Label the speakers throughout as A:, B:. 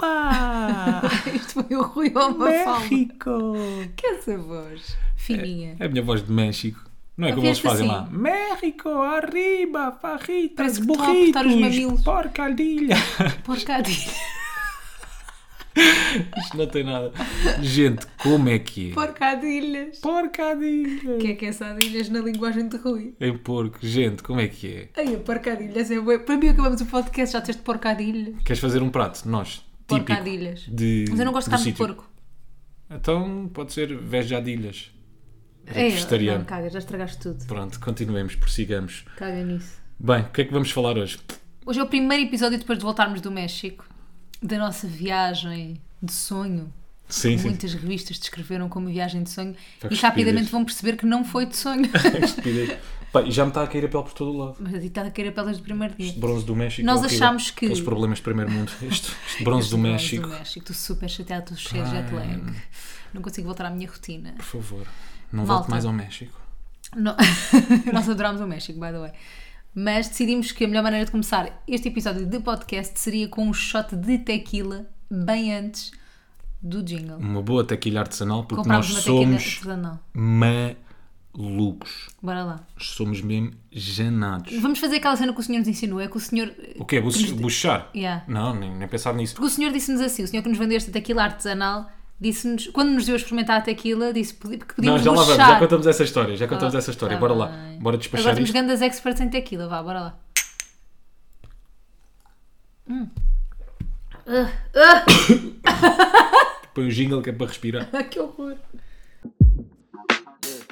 A: Arriba!
B: Isto foi o Rui ou uma fala.
A: México!
B: Que é essa voz fininha.
A: É a minha voz de México. Não é como eles
B: Ouviste
A: fazem
B: assim?
A: lá. México, arriba, farritas,
B: Parece que estão a apertar os
A: burritos,
B: mamilos.
A: porcadilha.
B: É. Porcadilha.
A: Isto não tem nada. Gente, como é que é?
B: Porcadilhas.
A: Porcadilha.
B: Que é que é sardilhas na linguagem de Rui?
A: Em porco. Gente, como é que é?
B: Ai, a porcadilhas é boa. Para mim acabamos o podcast já teste porcadilhas.
A: Queres fazer um prato? Nós. Típico
B: Porcadilhas.
A: De,
B: Mas eu não gosto de
A: do
B: carne de
A: sítio.
B: porco.
A: Então pode ser vejadilhas.
B: É,
A: tipo vegetariano.
B: não, caga, já estragaste tudo.
A: Pronto, continuemos, prossigamos.
B: Caga nisso.
A: Bem, o que é que vamos falar hoje?
B: Hoje é o primeiro episódio depois de voltarmos do México, da nossa viagem de sonho.
A: Sim, sim.
B: Muitas revistas descreveram como viagem de sonho
A: Tá
B: e
A: cuspidez.
B: rapidamente vão perceber que não foi de sonho.
A: É Estupidez. Pá, e já me está a cair a pele por todo o lado.
B: Mas a ditada que era pelas do primeiro dia.
A: Este bronze do México.
B: Nós
A: é horrível.
B: achámos que-
A: Aqueles problemas de primeiro mundo. Este, este bronze do
B: Bronze
A: México.
B: Do México, estou super chateada, estou cheia de jet lag. Não consigo voltar à minha rotina.
A: Por favor, não
B: Malta.
A: volte mais ao México.
B: No- Nós adorámos o México, by the way. Mas decidimos que a melhor maneira de começar este episódio de podcast seria com um shot de tequila bem antes do jingle.
A: Uma boa tequilha artesanal, porque
B: Comprámos
A: nós
B: uma tequila
A: somos
B: artesanal.
A: malucos.
B: Bora lá.
A: Somos mesmo janados.
B: Vamos fazer aquela cena que o senhor nos ensinou. É que o senhor.
A: O quê? Bus- Buchar?
B: Yeah.
A: Não, nem, nem pensar nisso.
B: Porque o senhor disse-nos assim: o senhor que nos vendeu esta tequila artesanal, disse-nos, quando nos deu a experimentar a tequila, disse que
A: Não,
B: podíamos
A: já lá vamos,
B: buchar.
A: já contamos essa história, já contamos
B: Ah,
A: essa história.
B: tá
A: Bora lá,
B: bem.
A: bora despachar
B: Agora temos
A: isto.
B: grandes experts em tequila, vá, bora lá. Hum. Ah,
A: Põe o jingle que é para respirar.
B: ah, que horror!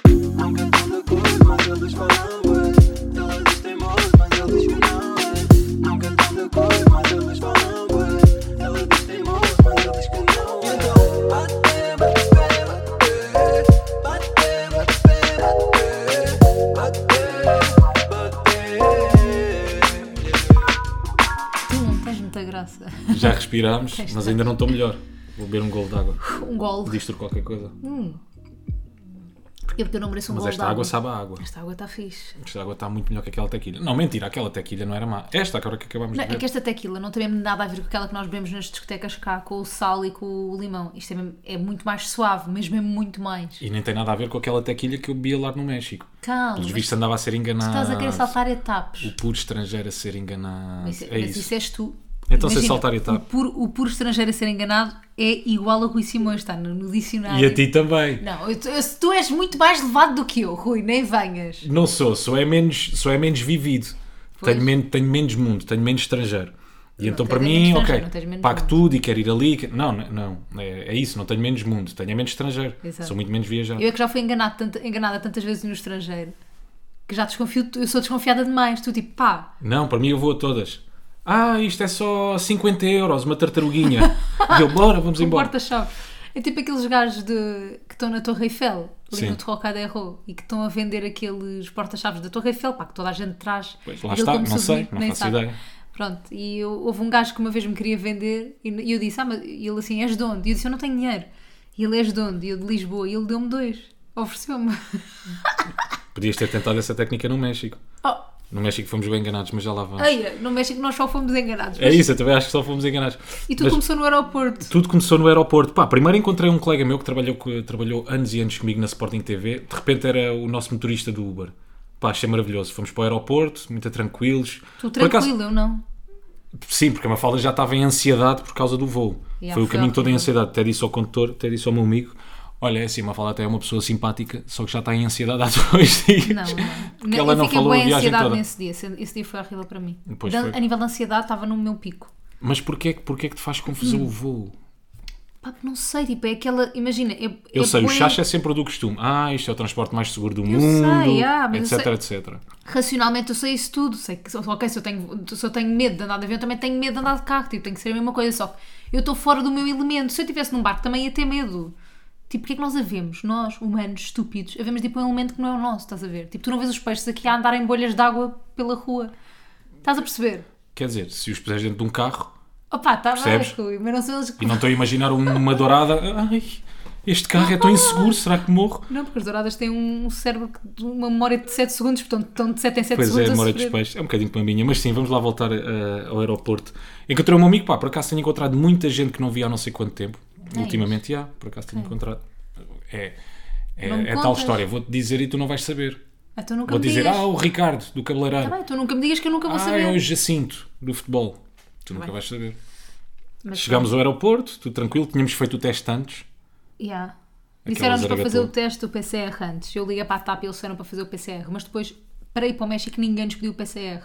C: Nunca tão de acordo, mas eles falam ué. Ela diz teimoso, mas ele diz que não é. Nunca tão de acordo, mas eles falam ué. Ela diz teimoso, mas ele diz que não é. Então, bate, bate, bate, bate, bate, bate, bate, bate, bate.
B: Tu não tens muita graça.
A: Já respirámos, mas ainda não estou melhor. Vou beber um golo de água.
B: Um gol.
A: Diz-te qualquer coisa.
B: Porquê? Porque eu não mereço um
A: Mas
B: gol
A: esta
B: de
A: água sabe a água.
B: Esta água está fixe.
A: Esta água está muito melhor que aquela tequilha. Não, mentira, aquela tequilha não era má. Esta agora que acabámos
B: Não,
A: de ver.
B: é que esta tequila não tem mesmo nada a ver com aquela que nós bebemos nas discotecas cá, com o sal e com o limão. Isto é, mesmo- é muito mais suave, mas mesmo muito mais.
A: E nem tem nada a ver com aquela tequilha que eu bebia lá no México.
B: Calma,
A: Pelos
B: mas
A: vistos andava a ser enganado.
B: estás a querer saltar etapas.
A: O puro estrangeiro a ser enganado.
B: Mas,
A: é
B: mas
A: isso.
B: isso. és tu.
A: Então, sem saltar etapa.
B: O puro, o puro estrangeiro a ser enganado é igual a Rui Simões, está no, no dicionário.
A: E a ti também.
B: Não, eu- eu- se tu és muito mais elevado do que eu, Rui, nem venhas.
A: Não sou, só é menos, só é menos vivido.
B: Pois.
A: Tenho menos, tenho menos mundo, tenho menos estrangeiro. E então
B: tens
A: para
B: é
A: mim,
B: menos
A: ok,
B: estrangeiro, não tens menos
A: pago
B: mundo.
A: tudo e quero ir ali. que- Não, não, não, é, é isso, não tenho menos mundo, tenho é menos estrangeiro.
B: Exato.
A: Sou muito menos viajado.
B: Eu é que já fui enganado tanto- enganada tantas vezes no estrangeiro que já desconfio, eu sou desconfiada demais. Tu, tipo, pá,
A: Não, para mim eu vou a todas. Ah, isto é só 50 euros, uma tartaruguinha. e eu, bora, vamos
B: com
A: embora.
B: porta-chave. É tipo aqueles gajos de, que estão na Torre Eiffel, ali
A: Sim.
B: no Trocadero, e que estão a vender aqueles porta-chaves da Torre Eiffel, pá, que toda a gente traz.
A: Pois, lá
B: Aquilo
A: está,
B: como
A: não sei,
B: souvenir,
A: não
B: nem
A: faço
B: sabe.
A: ideia.
B: Pronto, e eu- houve um gajo que uma vez me queria vender e n- e eu disse, ah, mas e ele assim, és de onde? E eu disse, eu não tenho dinheiro. E ele és de onde? E eu de Lisboa. E ele deu-me dois. Ofereceu-me.
A: Podias ter tentado essa técnica no México.
B: Oh,
A: No México fomos bem enganados, mas já lá vamos.
B: eia, no México nós só fomos enganados.
A: É isso, eu também acho que só fomos enganados.
B: E tu
A: Mas-
B: começou no aeroporto.
A: Tudo começou no aeroporto. Pá, primeiro encontrei um colega meu que trabalhou, que trabalhou anos e anos comigo na Sporting TV. De repente era o nosso motorista do Uber. Pá, achei maravilhoso. Fomos para o aeroporto, muito tranquilos.
B: Tu
A: Por acaso-
B: tranquilo, eu não.
A: sim, porque a Mafalda já estava em ansiedade por causa do voo.
B: Yeah,
A: foi o
B: foi
A: caminho todo em
B: horrível.
A: ansiedade. Até disse ao condutor, até disse ao meu amigo. Olha, é assim, a Mafalda até é uma pessoa simpática, só que já está em ansiedade há dois dias.
B: Não, não.
A: Porque ela
B: eu
A: não
B: fiquei
A: falou a
B: bué
A: viagem
B: ansiedade
A: toda.
B: nesse dia. Esse, esse dia foi horrível para mim.
A: Pois
B: Da-
A: foi.
B: A nível de ansiedade estava no meu pico.
A: Mas porquê, porquê é que te faz confusão o
B: Hum.
A: voo?
B: Pá, não sei, tipo, é aquela. Imagina, é,
A: Eu
B: é
A: sei, o
B: bué-
A: chacho é sempre o do costume. Ah, isto é o transporte mais seguro do mundo,
B: sei, ah, mas eu
A: etc, etc.
B: racionalmente eu sei isso tudo. Sei que, ok, se eu, tenho, se eu tenho medo de andar de avião, também tenho medo de andar de carro. Tipo, tem que ser a mesma coisa. Só que eu estou fora do meu elemento. Se eu estivesse num barco, também ia ter medo. Tipo, porque é que nós havemos? Nós, humanos, estúpidos, havemos tipo um elemento que não é o nosso, estás a ver? Tipo, tu não vês os peixes aqui a andar em bolhas de água pela rua. Estás a perceber?
A: Quer dizer, se os puseres dentro de um carro
B: Opa, está bem,
A: Percebes?
B: Rui, mas não são eles que
A: e não estou a imaginar uma um dourada, ai, Este carro é tão inseguro, será que morro?
B: Não, porque as douradas têm um cérebro, que- de uma memória de 7 segundos, portanto estão de 7 em 7
A: Pois é,
B: segundos.
A: a
B: a
A: memória dos
B: sofrer.
A: peixes. É um bocadinho pambinha, mas sim, vamos lá voltar eh, ao aeroporto. Encontrei um meu amigo, pá, por acaso tenho encontrado muita gente que não via há não sei quanto tempo.
B: É
A: Ultimamente, já, por acaso tenho encontrado. É, é,
B: Não me
A: é tal
B: contas.
A: história, vou-te dizer e tu não vais saber.
B: Ah, tu nunca
A: Vou
B: me
A: dizer,
B: digas.
A: ah, o Ricardo, do cabeleireiro.
B: Tá bem, tu nunca me digas que eu nunca vou
A: ah,
B: saber. Tá
A: é o Jacinto, do futebol. Tu nunca
B: bem.
A: vais saber.
B: Mas,
A: Chegámos ao aeroporto, tudo tranquilo, tínhamos feito o teste antes.
B: Yeah. Disseram-nos para
A: zaragatua.
B: fazer o teste do PCR antes. Eu liguei para a TAP e eles disseram para fazer o PCR, mas depois para ir para o México ninguém nos pediu o PCR.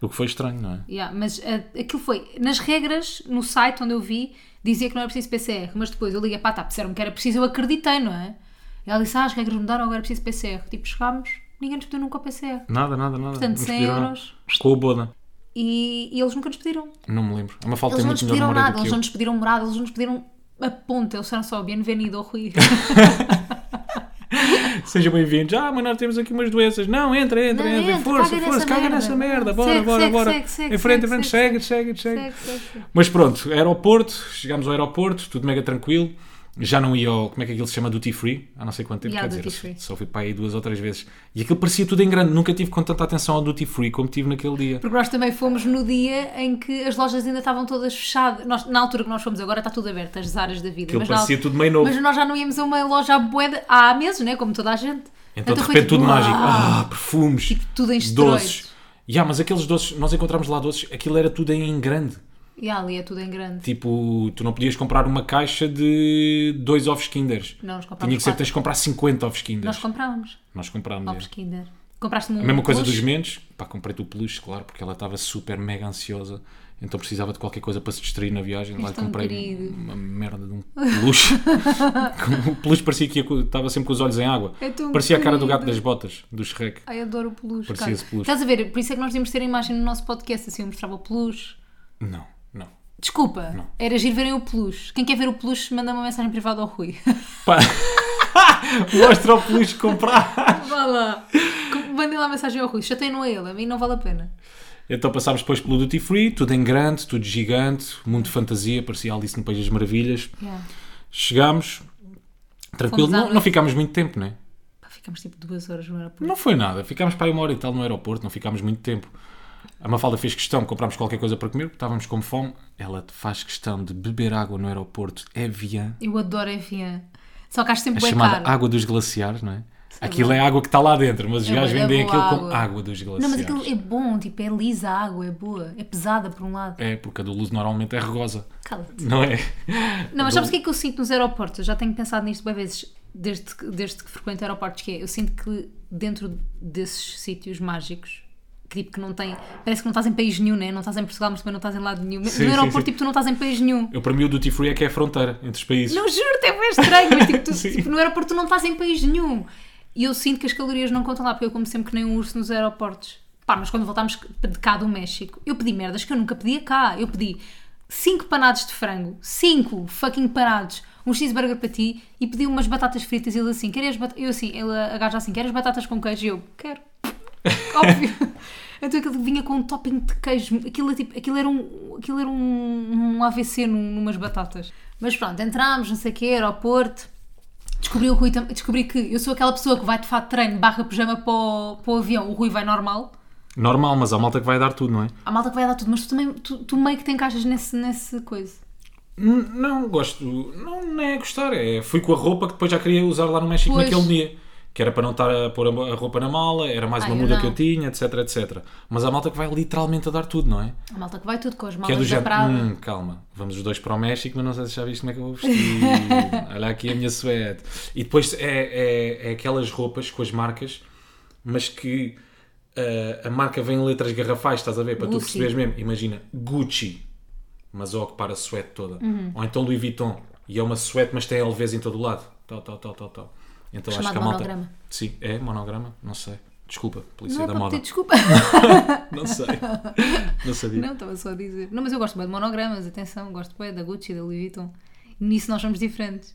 A: O que foi estranho, não é?
B: Yeah, mas ah, aquilo foi, nas regras, no site onde eu vi, dizia que não era preciso PCR, mas depois eu liguei para a TAP, disseram-me que era preciso, eu acreditei, não é? E ela disse, ah, as regras mudaram, agora é preciso PCR. Tipo, chegámos, ninguém nos pediu nunca o PCR.
A: Nada, nada, nada.
B: Portanto,
A: Não nos
B: 100
A: pediram nada.
B: euros.
A: Com a boda.
B: E, e eles nunca nos pediram.
A: Não me lembro. A Mafalda
B: Eles
A: tem
B: não nos
A: muito melhor
B: pediram
A: memória
B: nada,
A: do que
B: eles não
A: eu.
B: nos pediram morada, eles não nos pediram a ponta, eles disseram só, bienvenido, Rui.
A: Sejam bem-vindos. Ah, mas nós temos aqui umas doenças. Não, entra, entra,
B: Não,
A: entra.
B: entra,
A: Força,
B: caga
A: força,
B: nessa
A: caga
B: merda.
A: nessa merda. Bora,
B: Segue,
A: bora,
B: segue,
A: bora.
B: segue, segue,
A: em frente,
B: segue,
A: em frente, segue,
B: segue,
A: segue, segue.
B: Segue, segue, segue.
A: Mas pronto, aeroporto, chegámos ao aeroporto, tudo mega tranquilo. Já não ia ao, como é que aquilo se chama, duty free, há não sei quanto tempo,
B: Yeah,
A: quer
B: duty
A: dizer,
B: free.
A: só fui para aí duas ou três vezes. E aquilo parecia tudo em grande, nunca tive com tanta atenção ao duty free como tive naquele dia.
B: Porque nós também fomos no dia em que as lojas ainda estavam todas fechadas. Nós, na altura que nós fomos, agora está tudo aberto, as áreas da vida.
A: Aquilo
B: na
A: parecia
B: altura-
A: tudo meio novo.
B: Mas nós já não íamos a uma loja à boeda há meses, né? como toda a gente.
A: Então, de
B: foi
A: repente tudo
B: tipo,
A: mágico.
B: "Uau!"
A: Ah, perfumes.
B: Tipo, tudo em esteroides.
A: doces. Ya, mas aqueles doces, nós encontramos lá doces, aquilo era tudo em grande.
B: E ali é tudo em grande.
A: Tipo, tu não podias comprar uma caixa de dois ovos kinders.
B: Não, nós comprámos
A: Tinha que ser,
B: quatro.
A: tens de comprar 50 ovos kinders.
B: Nós
A: Nós,
B: comprámos
A: comprámos.
B: ovos
A: é.
B: Kinder. Compraste-me um
A: A mesma coisa
B: peluche?
A: dos mentos. Pá, comprei-te o peluche, claro, porque ela estava super mega ansiosa. Então precisava de qualquer coisa para se distrair na viagem. Lá
B: És tão
A: comprei
B: querido.
A: uma merda de um peluche. o peluche parecia que ia co- estava sempre com os olhos em água.
B: É tão
A: parecia a cara do gato
B: querido.
A: das botas, do Shrek.
B: Ai, adoro o peluche.
A: Parecia
B: cara.
A: esse peluche.
B: Estás a ver? Por isso é que nós devíamos ter a imagem no nosso podcast, assim, eu mostrava o peluche.
A: Não, não.
B: Desculpa, era giro verem o peluche. Quem quer ver o peluche, manda uma mensagem privada ao Rui.
A: Pá. Mostra o peluche que comprar.
B: Vá lá. Com- Mandem lá mensagem ao Rui. Chatei-no a ele. A mim não vale a pena.
A: Então passámos depois pelo Duty Free, tudo em grande, tudo gigante, mundo de fantasia, parecia Alice no País das Maravilhas.
B: Yeah.
A: Chegámos, tranquilo,
B: Fomos à
A: não,
B: noite.
A: não ficámos muito tempo, né?
B: Pá, ficamos tipo duas horas no aeroporto.
A: Não foi nada, ficámos para aí uma hora e tal no aeroporto, não ficámos muito tempo. A Mafalda fez questão, comprámos qualquer coisa para comer, porque estávamos com fome. Ela faz questão de beber água no aeroporto, é vian,
B: Eu adoro Evian. Só que acho sempre
A: a
B: bem
A: chamada
B: caro.
A: água dos glaciares, não é? Aquilo é água que está lá dentro, mas os
B: É
A: gajos
B: bué da
A: vendem
B: boa
A: aquilo como
B: água.
A: água dos glaciares.
B: Não, mas aquilo é bom. Tipo, é lisa a água. É boa. É pesada por um lado.
A: É, porque a do Luz normalmente é regosa,
B: Cala-te.
A: não é?
B: Não, mas sabes o que é que eu sinto nos aeroportos? Eu já tenho pensado nisto bem vezes desde que, desde que frequento aeroportos. Que é, eu sinto que dentro desses sítios mágicos... Que, tipo, que não tem, parece que não estás em país nenhum, né? não estás em Portugal, mas também não estás em lado nenhum.
A: Sim,
B: no aeroporto,
A: sim, sim.
B: tipo, tu não estás em país nenhum.
A: Eu, para mim, o Duty Free é que é a fronteira entre os países.
B: Não juro, é bem estranho, mas tipo, tu,
A: Sim.
B: tipo, no aeroporto tu não estás em país nenhum. E eu sinto que as calorias não contam lá, porque eu como sempre que nem um urso nos aeroportos. Pá, mas quando voltámos de cá do México, eu pedi merdas que eu nunca pedia cá. Eu pedi cinco panados de frango, cinco fucking panados, um cheeseburger para ti e pedi umas batatas fritas e ele assim, queres bat-" Eu assim, ele a gaja assim, queres batatas com queijo? E eu, quero. Óbvio. Então aquilo vinha com um topping de queijo. Aquilo, é tipo, aquilo era, um, aquilo era um, um AVC num- numas batatas. Mas pronto, entramos, não sei o quê, aeroporto. Descobri, o Rui, tam- descobri que eu sou aquela pessoa que vai de fato de treino barra pijama para o, para o avião. O Rui vai normal.
A: Normal, mas há malta que vai dar tudo, não é?
B: A malta que vai dar tudo, mas tu também tu, tu meio que te encaixas nesse, nesse coisa.
A: N- Não, gosto. Não, não é gostar. É, fui com a roupa que depois já queria usar lá no México
B: Pois.
A: naquele dia. Que era para não estar a pôr a a roupa na mala, era mais
B: Ah,
A: uma
B: eu
A: muda
B: não.
A: que eu tinha, etc, etc. Mas há malta que vai literalmente a dar tudo, não é?
B: A malta que vai tudo com as
A: Que é do
B: malas da
A: género.
B: Prada.
A: Hum, calma, vamos os dois para o México, mas não sei se já viste como é que eu vou vestir. Olha aqui a minha suéte. E depois é, é, é aquelas roupas com as marcas, mas que ah, a marca vem em letras garrafais, estás a ver? Para tu
B: Gucci.
A: perceberes mesmo. Imagina, Gucci, mas a ocupar a suéte toda.
B: Uhum.
A: Ou então Louis Vuitton, e é uma suéte, mas tem LVs em todo o lado. Tal, tal, tal, tal, tal. Então acho que a
B: Chamado
A: malta.
B: monograma.
A: Sim, é monograma? Não sei. Desculpa, polícia
B: Não é
A: da
B: para
A: moda.
B: pedir desculpa.
A: Não sei. Não sabia.
B: Não, estava só a dizer. Não, mas eu gosto bem de monogramas, atenção, gosto bem da Gucci, da Louis Vuitton. Nisso nós somos diferentes.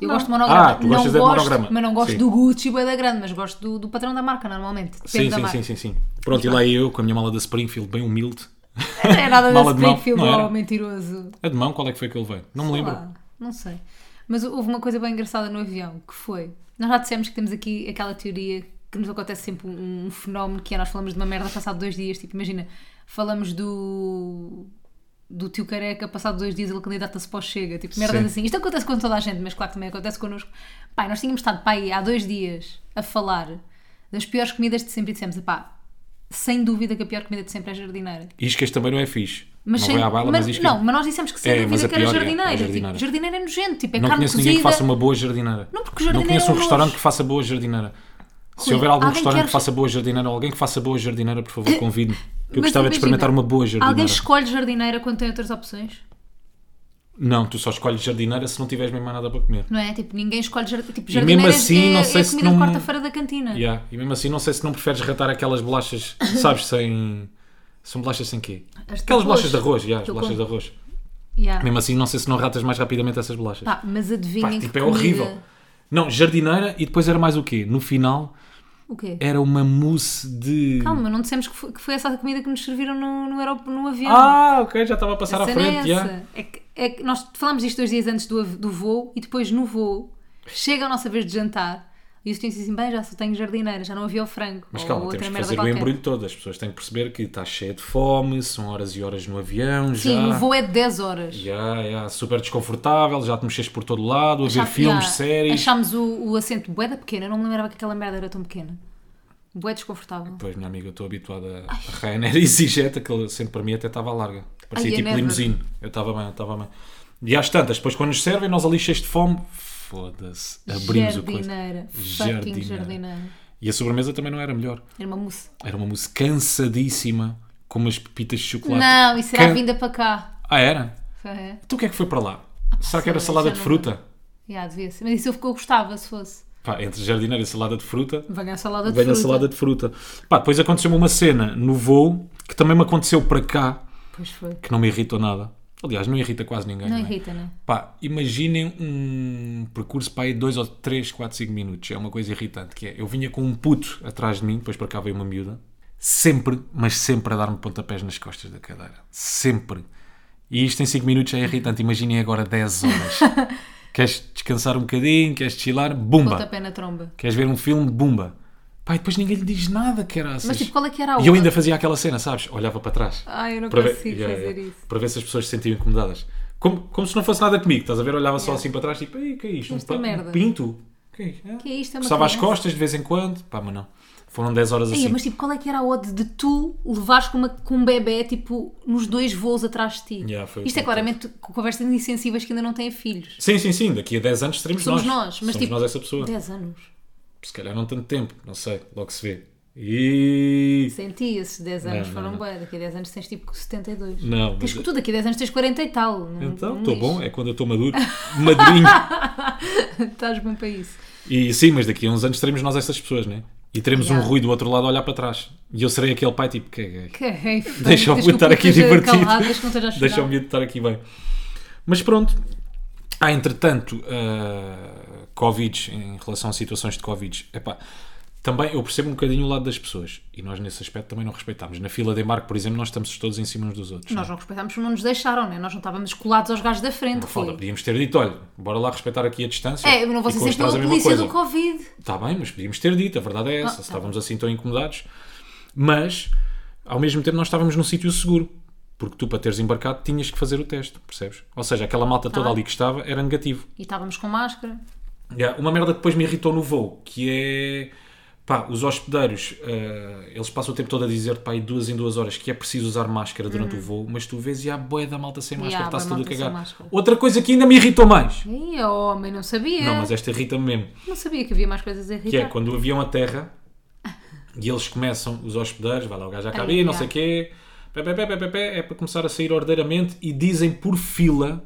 B: Eu
A: Não.
B: gosto de monograma,
A: Ah, tu
B: não
A: gostas de
B: gosto,
A: monograma.
B: mas não gosto
A: Sim.
B: do Gucci bué da grande, mas gosto do, do patrão da marca normalmente. Depende
A: Sim,
B: da
A: sim,
B: marca.
A: sim, sim, sim. Pronto, e lá eu com a minha mala da Springfield, bem humilde.
B: Não é nada
A: Mala
B: desse
A: de mão,
B: Springfield,
A: não era?
B: oh, mentiroso.
A: A de mão, qual é que foi que ele veio? Não me
B: Sei
A: lembro.
B: lá, não sei. Mas houve uma coisa bem engraçada no avião, que foi. Nós já dissemos que temos aqui aquela teoria que nos acontece sempre um, um fenómeno que é nós falamos de uma merda passado dois dias. Tipo, imagina, falamos do. do tio careca, passado dois dias ele candidata-se para o Chega. Tipo, merda
A: Sim.
B: assim. Isto acontece com toda a gente, mas claro que também acontece connosco. Pai, nós tínhamos estado pai há dois dias a falar das piores comidas de sempre e dissemos, pá, sem dúvida que a pior comida de sempre é jardineira.
A: Iscas também não é fixe.
B: Mas
A: não
B: sem-
A: vai à baila, mas,
B: mas-
A: iscas.
B: Não, mas nós dissemos que sem
A: É, mas
B: dúvida
A: a
B: que era
A: pior é, é
B: jardineira.
A: jardineira.
B: Tipo, jardineira é nojento, tipo, é
A: não
B: carne
A: conheço ninguém que
B: cozida.
A: faça uma boa jardineira.
B: Não, porque jardineira
A: Não conheço
B: é
A: um
B: um
A: restaurante
B: nojo.
A: que faça boa jardineira. Se
B: Rui,
A: houver algum
B: alguém
A: restaurante
B: quer-
A: que faça boa jardineira, alguém que faça boa jardineira, por favor, convide-me. Eu
B: Mas
A: gostava de
B: imagina,
A: experimentar uma boa
B: Alguém
A: jardineira.
B: escolhe jardineira quando tem outras opções?
A: Não, tu só escolhes jardineira se não tiveres mesmo mais nada para comer.
B: Não é? Tipo, ninguém escolhe jardineira. Tipo,
A: mesmo
B: jardineira
A: assim,
B: é,
A: não
B: é
A: sei
B: a
A: se
B: comida
A: não-
B: de quarta-feira da cantina.
A: Yeah. E mesmo assim, não sei se não preferes ratar aquelas bolachas, sabes, sem. São bolachas sem quê?
B: As de
A: Aquelas
B: arroz.
A: bolachas de arroz, yeah, as
B: Estou
A: bolachas
B: com-
A: de arroz.
B: Yeah.
A: Mesmo assim, não sei se não ratas mais rapidamente essas bolachas.
B: Pá, mas
A: Pá,
B: adivinhem
A: tipo,
B: que
A: é
B: comida-
A: horrível. Não, jardineira e depois era mais o quê? No final
B: O quê?
A: era uma mousse de.
B: Calma, não dissemos que foi, que foi essa a comida que nos serviram no, no, aerop- no avião.
A: Ah, ok, já estava a passar
B: A
A: à
B: cena
A: frente.
B: é
A: já.
B: essa. É que, é que nós falámos isto dois dias antes do, av- do voo e depois no voo chega a nossa vez de jantar e o senhor disse assim: bem, já só tenho jardineira, já não havia o frango.
A: Mas
B: ou
A: calma,
B: outra
A: temos que
B: merda
A: fazer o
B: qualquer.
A: embrulho todo. As pessoas têm que perceber que está cheia de fome, são horas e horas no avião,
B: Sim,
A: já.
B: o voo é de 10 horas.
A: Já, já, super desconfortável, já te mexeste por todo lado, a ver
B: Achá-
A: filmes,
B: yeah.
A: séries.
B: Achámos o, o assento bué da pequena, eu não me lembrava que aquela merda era tão pequena. Bué desconfortável.
A: Pois, minha amiga, eu estou habituada a Ryanair e Zijet, aquele sempre para mim até estava larga. Parecia
B: Ai, é
A: tipo
B: never.
A: limusine. Eu estava bem, eu estava bem. E às tantas, depois quando nos servem, nós ali cheios de fome, foda-se, abrimos o coisa.
B: jardineira. Fucking
A: Jardineira.
B: jardineira.
A: E a sobremesa também não era melhor.
B: Era uma mousse.
A: Era uma mousse cansadíssima, com umas pepitas de chocolate.
B: Não, isso era
A: Can-
B: a vinda para cá.
A: Ah, era?
B: É.
A: Então o que é que foi para lá? Será que era
B: Ah, sei lá,
A: salada
B: já
A: de
B: não
A: fruta?
B: Yeah, devia ser. Mas isso eu eu gostava se fosse.
A: Pá, entre jardineira e salada de fruta,
B: Venha a salada de
A: Venho a
B: fruta.
A: salada de fruta. Pá, depois aconteceu-me uma cena no voo que também me aconteceu para cá,
B: Pois foi.
A: que não me irritou nada. Aliás, não irrita quase ninguém.
B: Não
A: é?
B: irrita, não é?
A: Pá, imaginem um percurso para aí 2 ou 3, 4, 5 minutos. É uma coisa irritante, que é, eu vinha com um puto atrás de mim, depois para cá veio uma miúda, sempre, mas sempre a dar-me pontapés nas costas da cadeira. Sempre. E isto em 5 minutos é irritante. Imaginem agora 10 horas. queres descansar um bocadinho, queres chilar, bumba.
B: Pontapé na tromba.
A: Queres ver um filme? Bumba. Pai, depois ninguém lhe diz nada, caraças.
B: Mas, tipo, qual é que era a
A: E eu
B: outra?
A: ainda fazia aquela cena, sabes? Olhava para trás.
B: Ai, eu não
A: para
B: consigo
A: Yeah,
B: fazer
A: yeah.
B: isso.
A: Para ver se as pessoas se sentiam incomodadas. Como, como se não fosse nada comigo, estás a ver? Olhava só assim para trás, tipo, ei, que é isto? Um,
B: Esta
A: pa- um
B: merda."
A: pinto? Que é isto? É.
B: Que é isto? É uma
A: Coçava as
B: criança.
A: costas de vez em quando. Pá, mas não. Foram 10 horas assim.
B: Ei, mas tipo, qual é que era a odd de tu levares com, uma, com um bebê tipo, nos dois voos atrás de ti?
A: Yeah, foi o
B: Isto
A: que
B: é claramente co- conversas insensíveis que ainda não têm filhos.
A: Sim, sim, sim. Daqui a 10 anos teremos
B: Somos
A: nós.
B: nós, mas
A: Somos
B: tipo,
A: nós essa pessoa.
B: 10 anos.
A: Se calhar não tanto tempo, não sei. Logo se vê. E...
B: Senti esses 10 anos,
A: não,
B: foram
A: não.
B: bué. Daqui a 10 anos tens tipo 72.
A: Não,
B: Tens,
A: mas...
B: tu daqui a 10 anos tens 40 e tal. Não-
A: Então,
B: não
A: estou
B: diz.
A: bom. É quando eu estou maduro. Madurinho.
B: Estás bom para isso.
A: E sim, mas daqui a uns anos teremos nós essas pessoas, né? E teremos
B: Yeah.
A: um ruído do outro lado a olhar para trás. E eu serei aquele pai tipo, que é
B: Que raiva.
A: Deixa-me
B: Tens que
A: estar
B: puto
A: aqui
B: esteja
A: divertido.
B: calado, desde que não esteja a chorar.
A: deixa o medo de estar aqui bem. Mas pronto. Há, entretanto, ah, Covid, em relação a situações de Covid, epá, também eu percebo um bocadinho o lado das pessoas. E nós, nesse aspecto, também não respeitamos. Na fila de embarque, por exemplo, nós estamos todos em cima uns dos outros.
B: Nós não respeitámos, não nos deixaram, né? Nós não estávamos colados aos gajos da frente.
A: Não Foda,
B: foi.
A: podíamos ter dito, olha, bora lá respeitar aqui a distância.
B: É, eu não vou
A: E
B: ser
A: com os
B: sempre
A: trás
B: pela
A: a mesma
B: polícia
A: coisa.
B: do Covid.
A: Está Tá bem, mas podíamos ter dito, a verdade
B: Ah,
A: é
B: tá.
A: essa. se estávamos assim tão incomodados. Mas, ao mesmo tempo, nós estávamos num sítio seguro. Porque tu, para teres embarcado, tinhas que fazer o teste, percebes? Ou seja, aquela malta toda
B: Ah.
A: ali que estava era negativo.
B: E estávamos com máscara.
A: Yeah, Uma merda que depois me irritou no voo, que é. Pá, os hospedeiros, eh, eles passam o tempo todo a dizer, pá, aí duas em duas horas que é preciso usar máscara durante o voo, mas tu vês e há boia da malta sem
B: Uhum. E há
A: máscara,
B: bué
A: está-se tudo a
B: malta sem
A: cagar.
B: máscara.
A: Outra coisa que ainda me irritou mais.
B: E a homem, não sabia.
A: Não, mas esta irrita-me mesmo.
B: Não sabia que havia mais coisas a irritar.
A: Que é quando o avião aterra e eles começam, os hospedeiros, vai lá o gajo à cabine, não sei o quê, pé, pé, pé, pé, pé, pé, é para começar a sair ordeiramente e dizem por fila,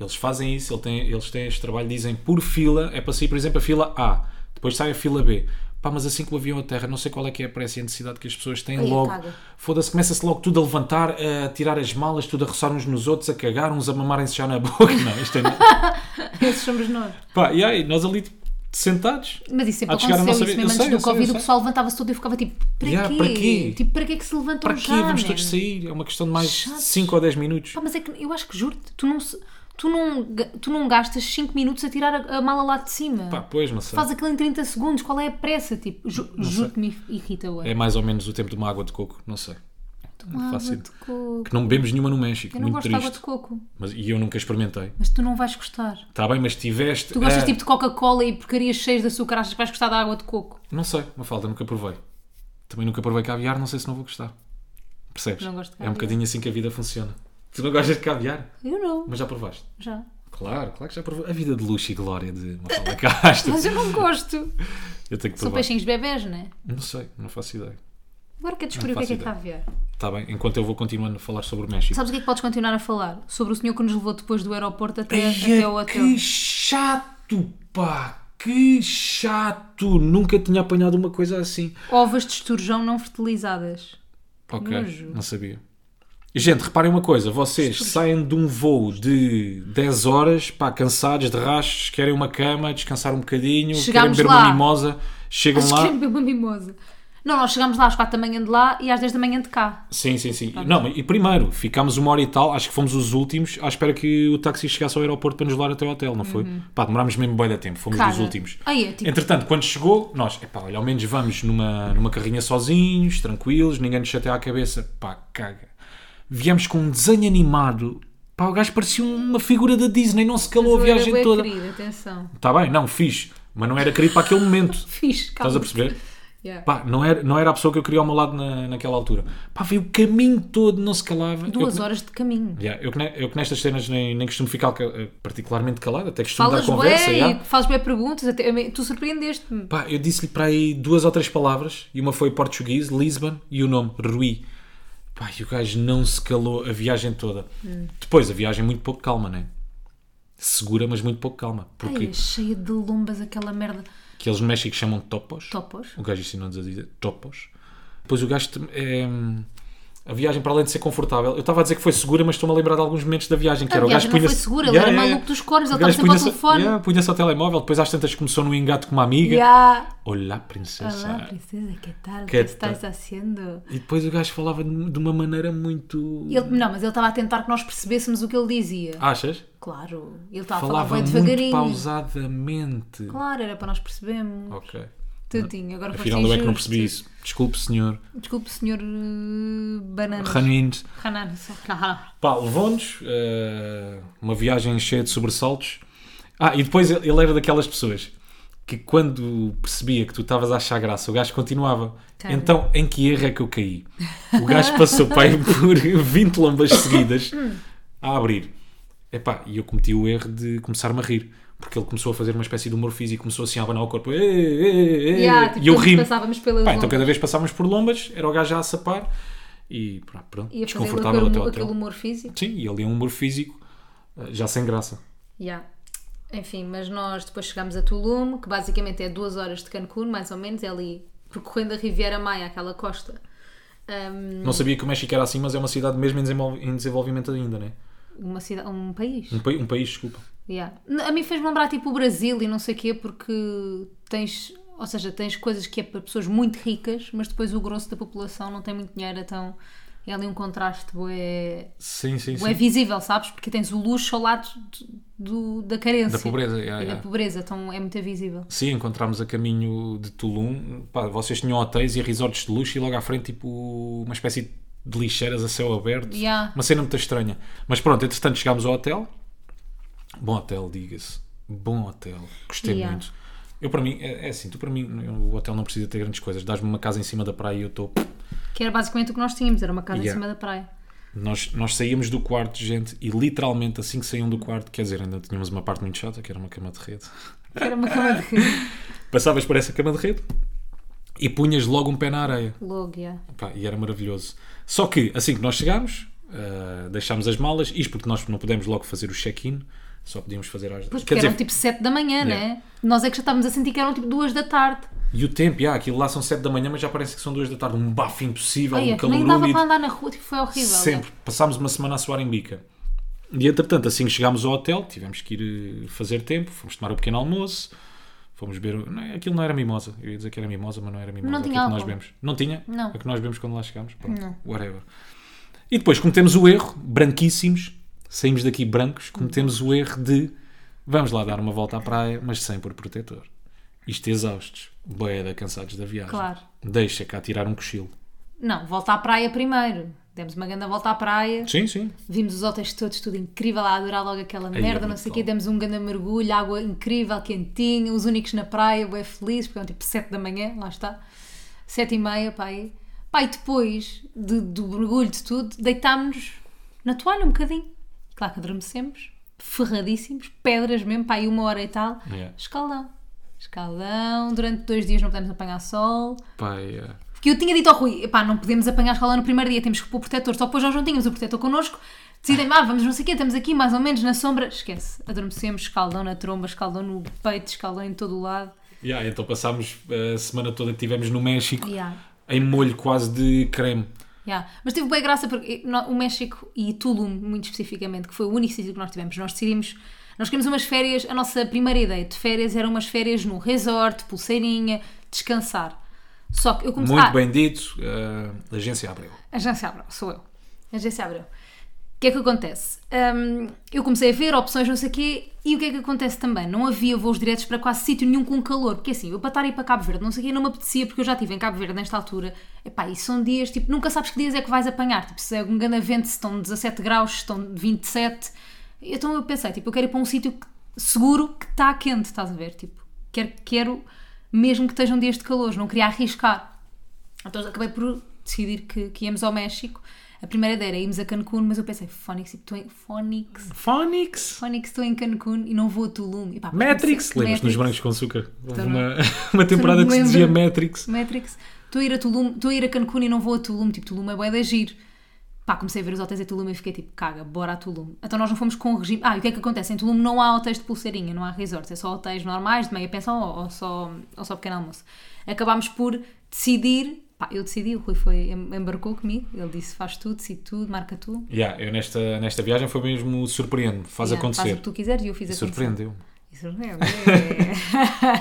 A: eles fazem isso, ele tem- eles têm este trabalho, dizem por fila, é para sair, por exemplo, a fila A, depois sai a fila B. Pá, mas assim que o avião aterra, não sei qual é que é a pressa e a necessidade que as pessoas têm
B: Aí,
A: logo.
B: caga.
A: Foda-se, começa-se logo tudo a levantar, a tirar as malas, tudo a roçar uns nos outros, a cagar, uns a mamarem-se já na boca. Não, isto é.
B: Esses somos nós.
A: Pá, e aí, nós ali sentados.
B: Mas isso sempre
A: Há de chegar a
B: aconteceu,
A: não saber-
B: isso mesmo
A: eu
B: antes
A: sei, eu
B: do
A: sei, eu
B: Covid, o
A: sei.
B: pessoal levantava-se todo e eu ficava tipo, para
A: Ya,
B: quê?
A: para quê?
B: Tipo, para que é que se levantam
A: Para
B: já,
A: quê? Vamos
B: man?
A: todos sair. É uma questão de mais
B: Chatos.
A: 5 ou 10 minutos.
B: Pá, mas é que eu acho que juro-te, tu não se... tu não, ga- tu não gastas 5 minutos a tirar a, a mala lá de cima.
A: Pá, pois, não sei.
B: Faz aquilo em 30 segundos, qual é a pressa? Tipo, ju- juro que me irrita agora.
A: É mais ou menos o tempo de uma água de coco, não sei.
B: Então, Uma
A: faço
B: água
A: ideia.
B: de coco.
A: Que não bebemos nenhuma no México,
B: Eu não
A: É muito
B: gosto de água
A: triste.
B: de coco,
A: Mas, e eu nunca experimentei.
B: mas tu não vais gostar.
A: Está bem, mas tiveste.
B: Tu gostas
A: a-
B: tipo de Coca-Cola e porcarias cheias de açúcar, achas que vais gostar da água de coco?
A: Não sei, uma falta, nunca provei. Também nunca provei caviar, não sei se não vou gostar. Percebes?
B: Não gosto de
A: é um
B: caviar.
A: bocadinho assim que a vida funciona. Tu não gostas de caviar,
B: Eu não,
A: mas já provaste.
B: já.
A: Claro, claro que já provou. A vida de luxo e glória de Mafalda Castro.
B: Mas eu não gosto.
A: Então Eu tenho que
B: São
A: provar.
B: peixinhos bebés, não é?
A: Não sei, não faço ideia.
B: Agora quer descobrir o
A: Não
B: que é que é
A: faço
B: caviar.
A: Está bem, enquanto eu vou continuando a falar sobre o México.
B: Sabes o que é que podes continuar a falar? Sobre o senhor que nos levou depois do aeroporto até,
A: Eia,
B: até o hotel.
A: é que chato, pá! Que chato! Nunca tinha apanhado uma coisa assim.
B: Ovas de esturjão não fertilizadas.
A: Ok,
B: nojo.
A: não sabia. E, Gente, reparem uma coisa: vocês saem de um voo de 10 horas, pá, cansados, de rastros, querem uma cama, descansar um bocadinho,
B: Chegámos
A: querem beber
B: lá.
A: uma mimosa, chegam
B: Acho
A: lá.
B: que é mesmo uma mimosa. Não, nós chegámos lá às 4 da manhã de lá e às 10 da manhã de cá.
A: Sim, sim, sim. Não, mas- e primeiro, ficámos uma hora e tal, acho que fomos os últimos, à espera que o táxi chegasse ao aeroporto para nos levar até o hotel, não foi? Pá, demorámos mesmo bem da tempo, fomos
B: Uhum. Cara,
A: os últimos.
B: aí é tipo-
A: Entretanto, quando chegou, nós, epá, olha, ao menos vamos numa, numa carrinha sozinhos, tranquilos, ninguém nos chateia a cabeça. Pá, caga. Viemos com um desenho animado, pá, o gajo parecia uma figura da Disney, não se calou a
B: Mas eu era
A: viagem
B: bué
A: toda.
B: querida, atenção.
A: Está bem, não, fiz, mas não era querido para aquele momento.
B: Fiz,
A: Estás
B: calma.
A: a perceber?
B: Yeah.
A: Pá, não era, não era a pessoa que eu queria ao meu lado na, naquela altura. Pá, veio o caminho todo, não se calava.
B: Duas
A: eu, que-
B: horas de caminho.
A: Yeah, eu, que, ne- eu que nestas cenas nem, nem costumo ficar ca- eh, particularmente calado, até costumo
B: Falas
A: dar conversa.
B: bem,
A: yeah.
B: fazes bem perguntas, até, tu surpreendeste-me.
A: Pá, eu disse-lhe para aí duas ou três palavras, e uma foi português, Lisbon, e o nome, Rui. Pá, e o gajo não se calou a viagem toda.
B: Hum.
A: Depois, a viagem muito pouco calma, né? Segura, mas muito pouco calma. Porque
B: Ai, é cheia de lombas aquela merda.
A: que eles no México chamam de topos.
B: Topos.
A: O gajo ensinou-nos a dizer topos. Depois o gajo. te- é, hum, a viagem, para além de ser confortável, eu estava a dizer que foi segura, mas estou-me a lembrar de alguns momentos da viagem. Que
B: A
A: era,
B: viagem
A: o gajo
B: não foi
A: punha-se-
B: segura, ele era maluco dos cornos, ele
A: O gajo
B: estava sempre ao
A: punha-se-
B: telefone.
A: yeah, punha-se ao telemóvel, depois às tantas começou num engate com uma amiga.
B: Ya.
A: Olá, princesa.
B: Olá, princesa, que tal? O que
A: Que
B: estás fazendo?
A: E depois o gajo falava de de uma maneira muito.
B: Ele, não, mas ele estava a tentar que nós percebêssemos o que ele dizia.
A: Achas?
B: Claro, ele estava a falar
A: Ah. Falava
B: bem
A: muito
B: devagarinho.
A: pausadamente.
B: Claro, era para nós percebermos.
A: Ok.
B: Tadinho, agora
A: Afinal,
B: foste
A: eu é que não
B: injusto.
A: percebi isso. Desculpe, senhor.
B: Desculpe, senhor eh, Bananas.
A: Ranins.
B: Hanan, só- Hanan.
A: Pá, levou-nos eh, uma viagem cheia de sobressaltos. Ah, e depois ele ele era daquelas pessoas que quando percebia que tu estavas a achar graça, o gajo continuava.
B: Cara.
A: Então, em que erro é que eu caí? O gajo passou pai, por 20 lombas seguidas a abrir. Epá, e eu cometi o erro de começar-me a rir. Porque ele começou a fazer uma espécie de humor físico, começou assim a abanar o corpo. "Ê, ê, ê, ê",
B: Ya, tipo,
A: e eu
B: quando
A: ri.
B: Passávamos pelas
A: Pá, então
B: lombas.
A: cada vez passávamos por lombas, era o gajo a sapar. E pá, pronto,
B: E a fazer
A: desconfortável até
B: aquele,
A: ao
B: aquele
A: hotel.
B: humor físico.
A: Sim, e ali é um humor físico eh, já sem graça.
B: Ya. Enfim, mas nós depois chegámos a Tulum, que basicamente é duas horas de Cancún, mais ou menos, é ali percorrendo a Riviera Maia, aquela costa. Um, Ahm,
A: Não sabia que o México era assim, mas é uma cidade mesmo em, desenvol- em desenvolvimento ainda, né?
B: uma cidade, um país.
A: Um, pa- um país, desculpa.
B: Yeah. N- A mim fez-me lembrar tipo o Brasil e não sei o quê, porque tens, ou seja, tens coisas que é para pessoas muito ricas, mas depois o grosso da população não tem muito dinheiro, então é ali um contraste bué,
A: Sim, sim,
B: bué visível, sabes? Porque tens o luxo ao lado do- do- da carência.
A: Da pobreza, yeah,
B: E da
A: yeah.
B: pobreza, então é muito visível.
A: Sim, encontramos a caminho de Tulum. Pá, vocês tinham hotéis e resorts de luxo e logo à frente, tipo, uma espécie de lixeiras a céu aberto.
B: Yeah.
A: Uma cena muito estranha. Mas pronto, entretanto chegámos ao hotel. Bom hotel, diga-se. Bom hotel. Gostei
B: Yeah.
A: muito. Eu, para mim, é, é assim, tu para mim, o hotel não precisa ter grandes coisas. Dás-me uma casa em cima da praia e eu estou...
B: Que era basicamente o que nós tínhamos, era uma casa em
A: Yeah.
B: cima da praia.
A: Nós, nós saímos do quarto, gente, e literalmente assim que saíam do quarto, quer dizer, ainda tínhamos uma parte muito chata, que era uma cama de rede.
B: Que
A: Ah.
B: era uma cama de rede.
A: Passavas por essa cama de rede e punhas logo um pé na areia.
B: Logo, yeah.
A: Pá, e era maravilhoso. Só que assim que nós chegámos, ah, deixámos as malas, isto porque nós não pudemos logo fazer o check-in, só podíamos fazer às.
B: Pois
A: Quer
B: porque
A: dizer,
B: eram tipo 7 da manhã,
A: Yeah.
B: né? Nós é que já estávamos a sentir que eram tipo 2 da tarde.
A: e o tempo, ah, aquilo lá são 7 da manhã, mas já parece que são 2 da tarde, um bafo impossível,
B: Ai, é
A: um
B: que
A: calor
B: nem dava
A: úmido.
B: para andar na rua, tipo, foi horrível.
A: Sempre. Passámos uma semana a suar em bica. E entretanto, assim que chegámos ao hotel, tivemos que ir eh, fazer tempo, fomos tomar o pequeno almoço, fomos beber. o- Não, é, aquilo não era mimosa. Eu ia dizer que era mimosa, mas não era mimosa.
B: Não tinha
A: aquilo que nós
B: álcool.
A: bebemos. Não tinha? É
B: Não.
A: A que nós bebemos quando lá chegámos. Pronto, whatever. E depois cometemos o erro, branquíssimos, saímos daqui brancos, cometemos o erro de vamos lá dar uma volta à praia, mas sem por protetor. Isto exaustos, boeda cansados da viagem.
B: Claro.
A: Deixa cá tirar um cochilo.
B: Não, volta à praia primeiro. Demos uma grande volta à praia.
A: Sim, sim.
B: Vimos os hotéis todos, tudo incrível, a adorar logo aquela
A: é
B: merda, não
A: brutal.
B: sei o quê. Demos um grande mergulho, água incrível, quentinha, os únicos na praia, bem felizes, porque eram tipo 7 da manhã, lá está. 7 e meia, pá, aí. Pá, e depois de- do mergulho, de tudo, deitámos-nos na toalha um bocadinho. Claro que adormecemos, ferradíssimos, pedras mesmo, pá, aí uma hora e tal.
A: Yeah.
B: Escaldão. Escaldão, durante dois dias não podemos apanhar sol.
A: Pai, é.
B: Porque eu tinha dito ao Rui, pá, não podemos apanhar a escola no primeiro dia, temos que pôr protetor, só depois nós não tínhamos o protetor connosco, decidem, ah, vamos não sei o quê, estamos aqui mais ou menos na sombra, esquece, adormecemos, escaldão na tromba, escaldão no peito, escaldão em todo o lado.
A: Yeah, então passámos a semana toda que estivemos no México
B: Yeah.
A: em molho quase de creme.
B: Yeah. Mas teve boa graça porque no- o México e Tulum, muito especificamente, que foi o único sítio que nós tivemos, nós decidimos. Nós queríamos umas férias, a nossa primeira ideia de férias eram umas férias no resort, pulseirinha, descansar. Só que eu comecei.
A: Muito
B: ah,
A: bem dito, eh, agência abriu.
B: Agência Abreu, sou eu. Agência Abreu. O que é que acontece? Hum, eu comecei a ver opções, não sei o quê, e o que é que acontece também? Não havia voos diretos para quase sítio nenhum com calor, porque assim, eu para estar aí para Cabo Verde, não sei o quê, não me apetecia, porque eu já estive em Cabo Verde nesta altura. Epá, e são dias, tipo, nunca sabes que dias é que vais apanhar, tipo, se é um grande vento, se estão 17 graus, se estão 27. Então eu pensei, tipo, eu quero ir para um sítio que- seguro que está quente, estás a ver? Tipo, quero, quero mesmo que estejam dias de calor, não queria arriscar. Então acabei por decidir que, que íamos ao México. A primeira ideia era irmos a Cancún, mas eu pensei, Fónix, tipo, estou em Fónix,
A: Phonics!
B: Fónix, estou em Cancún e não vou a Tulum. E pá, porque
A: Matrix!
B: comecei-
A: Lembras-te nos
B: Matrix,
A: Brancos com Açúcar? Houve
B: Também.
A: uma, uma temporada que se
B: Também
A: dizia
B: lembro.
A: Matrix.
B: Matrix, estou a ir a Tulum, estou a ir a Cancún e não vou a Tulum, tipo, Tulum é bué de giro. Pá, comecei a ver os hotéis em Tulum e fiquei tipo, caga, bora a Tulum. Então nós não fomos com o regime. Ah, e o que é que acontece? Em Tulum não há hotéis de pulseirinha, não há resorts, é só hotéis normais, de meia pensão ou, ou só, ou só pequeno almoço. Acabámos por decidir, pá, eu decidi, o Rui foi, em- embarcou comigo, ele disse faz tudo, decide tudo, marca tu.
A: Yeah, eu nesta, nesta viagem foi mesmo surpreende-me, faz
B: Yeah, Faz o
A: acontecer.
B: que tu quiseres e eu fiz acontecer.
A: Surpreendeu-me.
B: Isso não é.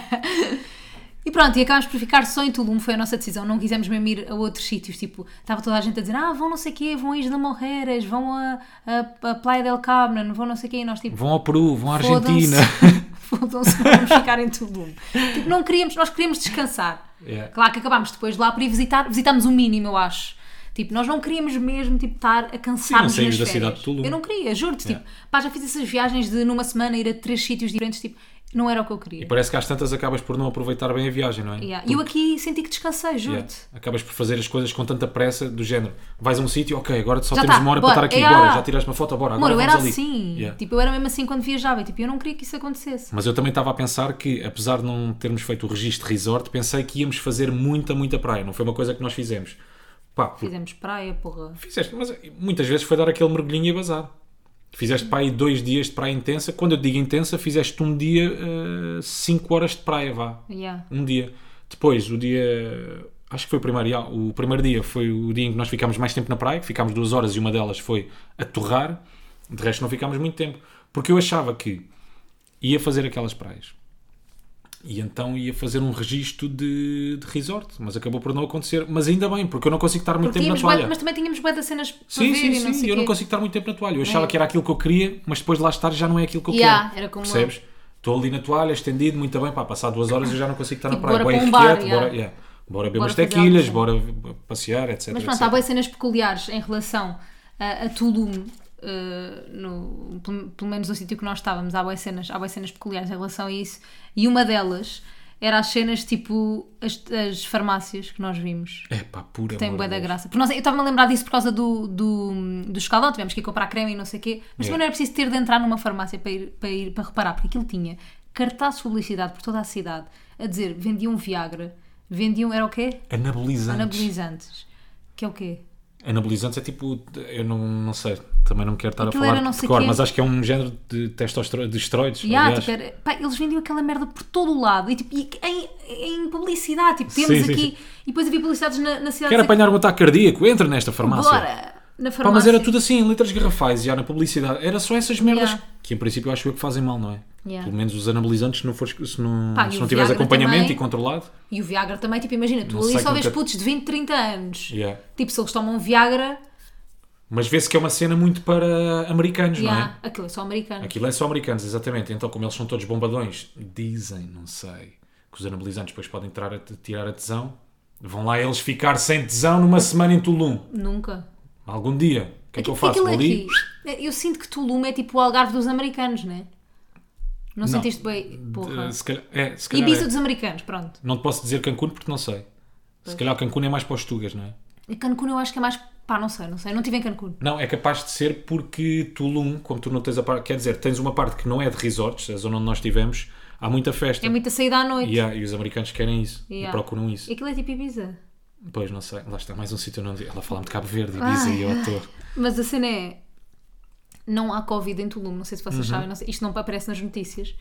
B: E pronto, e acabámos por ficar só em Tulum, foi a nossa decisão, não quisemos mesmo ir a outros sítios, tipo, estava toda a gente a dizer, ah, vão não sei o quê, vão a Isla Morreras, vão a, a, a Playa del Carmen, vão não sei o quê, e nós tipo,
A: Vão ao Peru, vão à
B: "Fodam-se,
A: Argentina.
B: fodam-se, vamos ficar em Tulum. Tipo, não queríamos, nós queríamos descansar.
A: Yeah.
B: Claro que acabámos depois de lá para ir visitar, visitámos o mínimo, eu acho. Tipo, nós não queríamos mesmo tipo, estar a cansar nos
A: Sim, não saímos
B: nas
A: da
B: férias.
A: cidade de Tulum.
B: Eu não queria, juro-te.
A: Yeah.
B: Tipo, pá, já fiz essas viagens de numa semana ir a três sítios diferentes, tipo, não era o que eu queria.
A: E parece que às tantas acabas por não aproveitar bem a viagem, não é?
B: Yeah. E eu aqui senti que descansei,
A: Yeah.
B: juro-te.
A: Acabas por fazer as coisas com tanta pressa, do género. Vais a um sítio, ok, agora só
B: Já
A: temos
B: tá,
A: uma hora
B: bora.
A: para estar aqui,
B: É,
A: bora,
B: ah.
A: já tiraste uma foto, bora,
B: Amor,
A: agora
B: eu
A: vamos
B: era
A: ali.
B: assim.
A: Yeah.
B: Tipo, eu era mesmo assim quando viajava e tipo, eu não queria que isso acontecesse.
A: Mas eu também estava a pensar que, apesar de não termos feito o registro de resort, pensei que íamos fazer muita, muita praia. Não foi uma coisa que nós fizemos. Pá, por-
B: Fizemos praia, porra.
A: fizeste, mas eh, muitas vezes foi dar aquele mergulhinho e bazar. Fizeste para aí dois dias de praia intensa. Quando eu digo intensa, fizeste um dia, eh, cinco horas de praia, vá.
B: Yeah.
A: Um dia. Depois, o dia. Acho que foi o primeiro. já, o primeiro dia foi o dia em que nós ficámos mais tempo na praia, que ficámos duas horas e uma delas foi a torrar. De resto, não ficámos muito tempo. Porque eu achava que ia fazer aquelas praias. E então ia fazer um registro de, de resort. Mas acabou por não acontecer. Mas ainda bem, porque eu não consigo estar muito
B: Porque
A: tempo na
B: tínhamos
A: toalha.
B: bué- mas também tínhamos bué de cenas para
A: Sim,
B: ver
A: sim,
B: e não
A: sim.
B: sei
A: eu não
B: quê.
A: consigo estar muito tempo na toalha. Eu achava
B: É.
A: que era aquilo que eu queria, mas depois de lá estar já não é aquilo que eu
B: Yeah,
A: quero.
B: era como eu.
A: Percebes? Estou ali na toalha, estendido, muito bem. Pá, passar duas horas eu já não consigo estar na
B: Tipo,
A: praia.
B: bora
A: Bué
B: para um bar,
A: irrequieto,
B: yeah.
A: bora, yeah. bora beber
B: Bora
A: umas
B: fazer
A: tequilhas, bora
B: alguma
A: passear, etc.
B: Mas pronto,
A: etc.
B: há boas cenas peculiares em relação ah, a Tulum, ah, no, pelo, pelo menos no sítio que nós estávamos, há boas cenas, há bué cenas peculiares em relação a isso. E uma delas era as cenas tipo as, as farmácias que nós vimos.
A: É pá, pura
B: Tem boa da graça. Porque nós, eu estava-me a lembrar disso por causa do, do, do escaldão, tivemos que ir comprar creme e não sei o quê. Mas também
A: Yeah.
B: não era preciso ter de entrar numa farmácia para ir, para ir para reparar, porque aquilo tinha cartazes de publicidade por toda a cidade a dizer vendiam Viagra, vendiam, era o quê?
A: Anabolizantes.
B: Anabolizantes. Que é o quê?
A: Anabolizantes é tipo, eu não, não sei, também não quero estar
B: Aquilo
A: a
B: era
A: falar
B: não
A: de
B: sei
A: cor,
B: quê.
A: mas acho que é um género de testosterona, de esteroides.
B: Yeah,
A: aliás.
B: tipo, era- pá, eles vendiam aquela merda por todo o lado e, tipo, e em, em publicidade, tipo, temos
A: Sim, sim,
B: aqui
A: sim.
B: e depois havia publicidades na, na cidade
A: Quer
B: a dizer,
A: apanhar um ataque cardíaco? Entra nesta farmácia.
B: é tipo bora na farmácia.
A: Pá, mas era tudo assim, em letras garrafais, já na publicidade. Era só essas merdas
B: Yeah.
A: que, em princípio, acho eu que fazem mal, não é?
B: Yeah.
A: Pelo menos os anabolizantes, se não, fores, se não,
B: Pá, e
A: se
B: o
A: não tiveres
B: Viagra
A: acompanhamento
B: também.
A: e controlado.
B: E o Viagra também, tipo, imagina, tu
A: Não
B: ali
A: sei é
B: só
A: como
B: vês
A: que-
B: putos de 20, 30 anos.
A: Yeah.
B: Tipo, se eles tomam um Viagra,
A: Mas vê-se que é uma cena muito para americanos, não
B: Yeah,
A: é?
B: Aquilo é só americano.
A: Aquilo é só americanos, exatamente. Então, como eles são todos bombadões, dizem, não sei, que os anabolizantes depois podem tirar a, tirar a tesão. Vão lá eles ficar sem tesão numa semana em Tulum.
B: Nunca.
A: Algum dia. O que é que eu
B: Porque
A: faço? Vou ali.
B: aquilo aqui. Eu sinto que Tulum é tipo o Algarve dos americanos, né? Não, não. sentiste bem? Porra.
A: Eh, Se calhar, é, se calhar
B: Ibiza
A: é.
B: dos americanos, pronto.
A: Não te posso dizer Cancún porque não sei. Se calhar Cancún é mais para os tugas, não é?
B: E Cancún eu acho que é mais. Pá, não sei, não sei. Não estive em Cancún.
A: Não, é capaz de ser porque Tulum, como tu não tens a parte. Quer dizer, tens uma parte que não é de resorts, a zona onde nós estivemos, há muita festa.
B: É muita saída à noite.
A: Yeah, e os americanos querem isso e
B: Yeah.
A: procuram isso.
B: Aquilo é tipo Ibiza.
A: Pois não sei, lá está mais um sítio onde ela fala-me de Cabo Verde, Ibiza e eu ator.
B: Mas a cena é. Não há Covid em Tulum, não sei se vocês
A: Uhum.
B: sabem, não sei- isto não aparece nas notícias,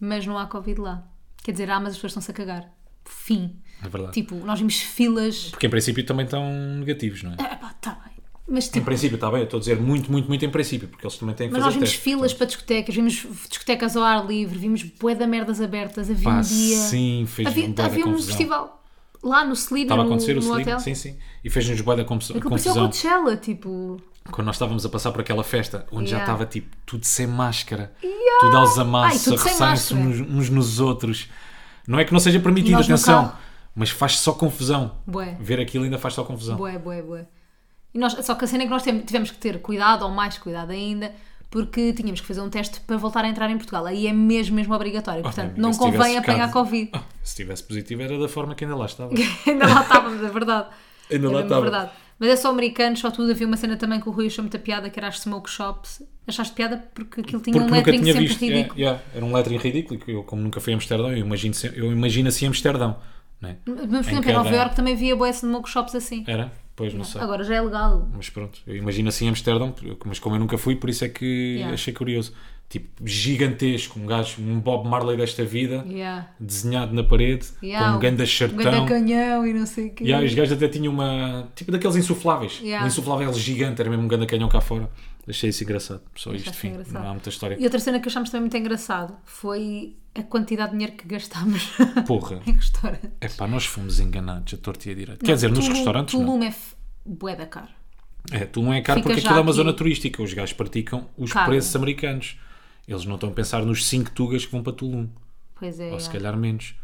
B: mas não há Covid lá. Quer dizer, ah, mas as pessoas estão-se a cagar. Fim.
A: É verdade.
B: Tipo, nós vimos filas.
A: Porque em princípio também estão negativos, não é?
B: Ah, pá, tá bem. Mas
A: Em
B: tipo,
A: princípio, está bem, eu estou a dizer muito, muito, muito em princípio, porque eles também têm que
B: mas nós
A: fazer então.
B: vimos
A: teste.
B: filas para discotecas, vimos discotecas ao ar livre, vimos bué da merdas abertas, havia
A: Pá,
B: um dia.
A: sim, fez
B: havia
A: um bué da
B: havia um
A: confusão.
B: festival lá no Slider,
A: Estava a
B: no,
A: acontecer
B: no
A: o
B: hotel.
A: Slim, sim, sim. E fez-nos bué da confus-
B: Aquilo parecia o
A: confusão.
B: Coachella, tipo.
A: Quando nós estávamos a passar por aquela festa, onde já
B: Yeah.
A: estava tipo tudo sem máscara, tudo aos amassos,
B: Ai,
A: a
B: tudo sem
A: roçarem-se uns,
B: máscara.
A: uns nos outros. Não é que não seja
B: E
A: permitido,
B: nós no
A: atenção,
B: carro.
A: mas faz só confusão.
B: Bué.
A: Ver aquilo ainda faz só confusão.
B: Bué, bué, bué. E nós, só que a cena é que nós tem- tivemos que ter cuidado, ou mais cuidado ainda, porque tínhamos que fazer um teste para voltar a entrar em Portugal. Aí é mesmo, mesmo obrigatório. Portanto,
A: Oh, amiga,
B: não
A: se tivesse
B: convém apanhar
A: ficado-
B: Covid.
A: Ah, se tivesse positivo era da forma que ainda lá estava.
B: ainda lá estávamos, é verdade.
A: Ainda
B: É
A: lá
B: mesmo
A: estava.
B: verdade. Mas é só americanos, só tudo. Havia uma cena também que o Rui achou muita piada, que era as smoke shops. Achaste piada porque aquilo tinha um lettering sempre
A: yeah,
B: ridículo.
A: yeah, era um lettering ridículo, que eu, como nunca fui a Amsterdão, eu imagino, se- eu imagino assim Amsterdão. Né?
B: Mas, por
A: Em
B: exemplo, em Nova
A: cada- É,
B: York também havia boé smoke shops assim.
A: Era? Pois não sei.
B: Agora já é legal.
A: Mas pronto, eu imagino assim Amsterdão, mas como eu nunca fui, por isso é que
B: Yeah.
A: achei curioso. Tipo, gigantesco, um gajo, um Bob Marley desta vida,
B: Yeah.
A: desenhado na parede,
B: Yeah,
A: com um ganda
B: Um ganda
A: chartão.
B: canhão e não sei o quê.
A: E aí os gajos até tinham uma. Tipo daqueles insufláveis.
B: Yeah.
A: Um insuflável gigante, era mesmo um ganda canhão cá fora. Achei isso engraçado. Só isto,
B: Achaste
A: fim.
B: engraçado.
A: Não há muita história.
B: E outra cena que achámos também muito engraçado foi a quantidade de dinheiro que gastámos
A: Porra.
B: em restaurantes.
A: É pá, nós fomos enganados a torta e a direito. Quer dizer, nos
B: Tulum-
A: restaurantes não.
B: Tulum é f- bué da caro.
A: É, Tulum é caro
B: Fica
A: porque
B: já
A: aquilo é uma
B: aqui.
A: zona turística. Os gajos praticam os
B: Caro.
A: preços americanos. Eles não estão a pensar nos 5 tugas que vão para Tulum.
B: Pois é.
A: Ou se
B: é.
A: calhar menos.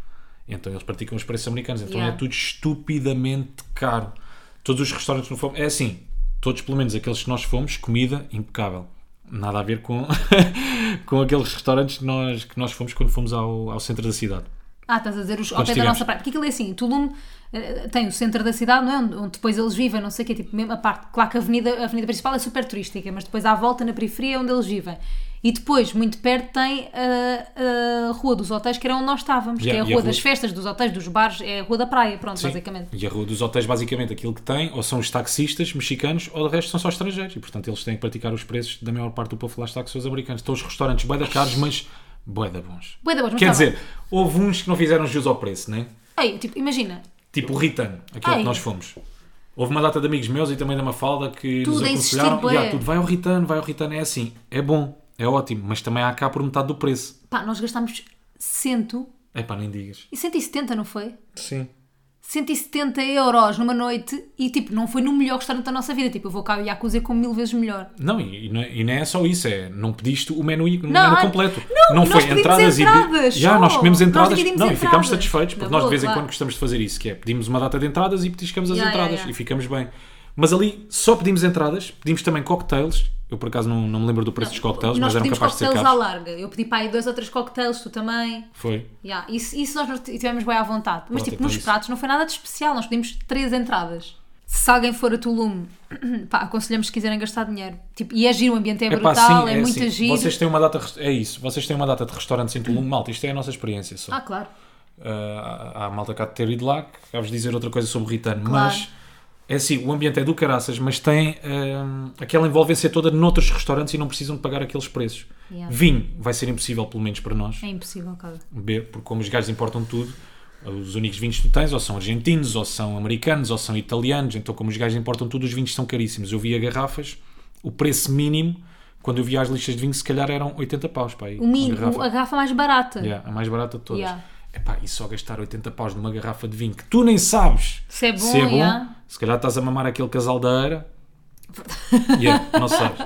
A: Então eles praticam os preços americanos. Então
B: Yeah.
A: é tudo estupidamente caro. Todos os restaurantes que fomos. É assim, todos, pelo menos aqueles que nós fomos, comida impecável. Nada a ver com, com aqueles restaurantes que nós, que nós fomos quando fomos ao, ao centro da cidade.
B: Ah, estás a dizer os, ao
A: Quando
B: pé da
A: estivemos.
B: nossa praia. Porque aquilo é assim, Tulum eh, tem o centro da cidade, não é? Onde, onde depois eles vivem, não sei o quê. Tipo, mesmo a parte, claro que a avenida, a avenida principal é super turística, mas depois à volta na periferia é onde eles vivem. E depois, muito perto, tem a, a rua dos hotéis, que era onde nós estávamos,
A: Yeah, e
B: que é
A: a
B: a
A: rua-
B: rua das festas, dos hotéis, dos bares, é a rua da praia, pronto,
A: Sim.
B: basicamente.
A: E a rua dos hotéis, basicamente, aquilo que tem, ou são os taxistas mexicanos, ou de resto são só estrangeiros. E, portanto, eles têm que praticar os preços da maior parte do povo lá está que são os americanos. Estão os restaurantes bué da caros, mas bué da bons.
B: Bué da bons, mas
A: Quer
B: tá
A: dizer, houve uns que não fizeram jus ao preço, né?
B: Ei, tipo, imagina,
A: Tipo o Ritan, aquele
B: Ai.
A: que nós fomos. Houve uma data de amigos meus e também da Mafalda que
B: Tudo a
A: nos
B: insistir,
A: aconselharam.
B: bué.
A: "Ya, tudo vai ao Ritan, vai ao Ritan. É assim, é bom, é ótimo, mas também há cá por metade do preço.
B: pá, nós gastámos 100
A: É pá, nem digas.
B: e 170, não foi?
A: Sim.
B: 170 euros numa noite e tipo, não foi no melhor restaurante da nossa vida. Tipo, eu vou cá ao Yakuza com mil vezes melhor.
A: Não, e, e não é- e nem é só isso, é não pediste o menu, o
B: Não,
A: menu
B: ah,
A: completo.
B: não, nós pedimos
A: e bi-
B: entradas,
A: Já,
B: só.
A: nós comemos
B: Nós
A: entradas.
B: dividimos
A: não, e ficámos
B: entradas.
A: satisfeitos, porque
B: Na
A: nós de vez em
B: boa,
A: quando
B: claro.
A: gostamos de fazer isso, que é pedimos uma data de entradas e petiscamos as
B: Ya, ya,
A: entradas
B: ya.
A: e ficamos bem. Mas ali só pedimos entradas, pedimos também cocktails. Eu por acaso não, não me lembro do preço dos cocktails,
B: nós
A: mas eram
B: pedimos
A: capazes de ser
B: cocktails à
A: caros.
B: larga. Eu pedi para aí dois ou três cocktails, tu também.
A: Foi.
B: Ya, Isso, isso nós não t- tivemos bem à vontade. Mas
A: Pronto,
B: tipo,
A: então
B: nos
A: isso.
B: pratos não foi nada de especial. Nós pedimos três entradas. Se alguém for a Tulum, pá, aconselhamos se quiserem gastar dinheiro. Tipo, e é giro, o ambiente é,
A: Epá,
B: brutal,
A: sim,
B: é, muito
A: assim,
B: giro. Hum.
A: Vocês têm uma data, é isso, vocês têm uma data de restaurantes em Tulum, malta, isto é a nossa experiência só.
B: Ah, claro.
A: Ah, há há malta cá de ter ido lá, que há vos dizer outra coisa sobre o Ritano,
B: Claro.
A: mas é assim, o ambiente é do caraças, mas tem ah, aquela envolvência toda noutros restaurantes e não precisam de pagar aqueles preços.
B: Yeah.
A: Vinho vai ser impossível, pelo menos para nós,
B: É impossível, cara.
A: beber, porque como os gajos importam tudo, os únicos vinhos que tu tens ou são argentinos, ou são americanos, ou são italianos, então como os gajos importam tudo, os vinhos são caríssimos. Eu via garrafas, o preço mínimo, quando eu via as listas de vinho, se calhar eram 80 paus, pá, aí,
B: O
A: uma
B: mini,
A: garrafa.
B: a garrafa mais barata.
A: Yeah, a mais barata de todas.
B: Yeah.
A: Epá, e só gastar 80 paus numa garrafa de vinho que tu nem sabes
B: Se é bom, yeah.
A: se calhar estás a mamar aquele casal da era Yeah, não sabes.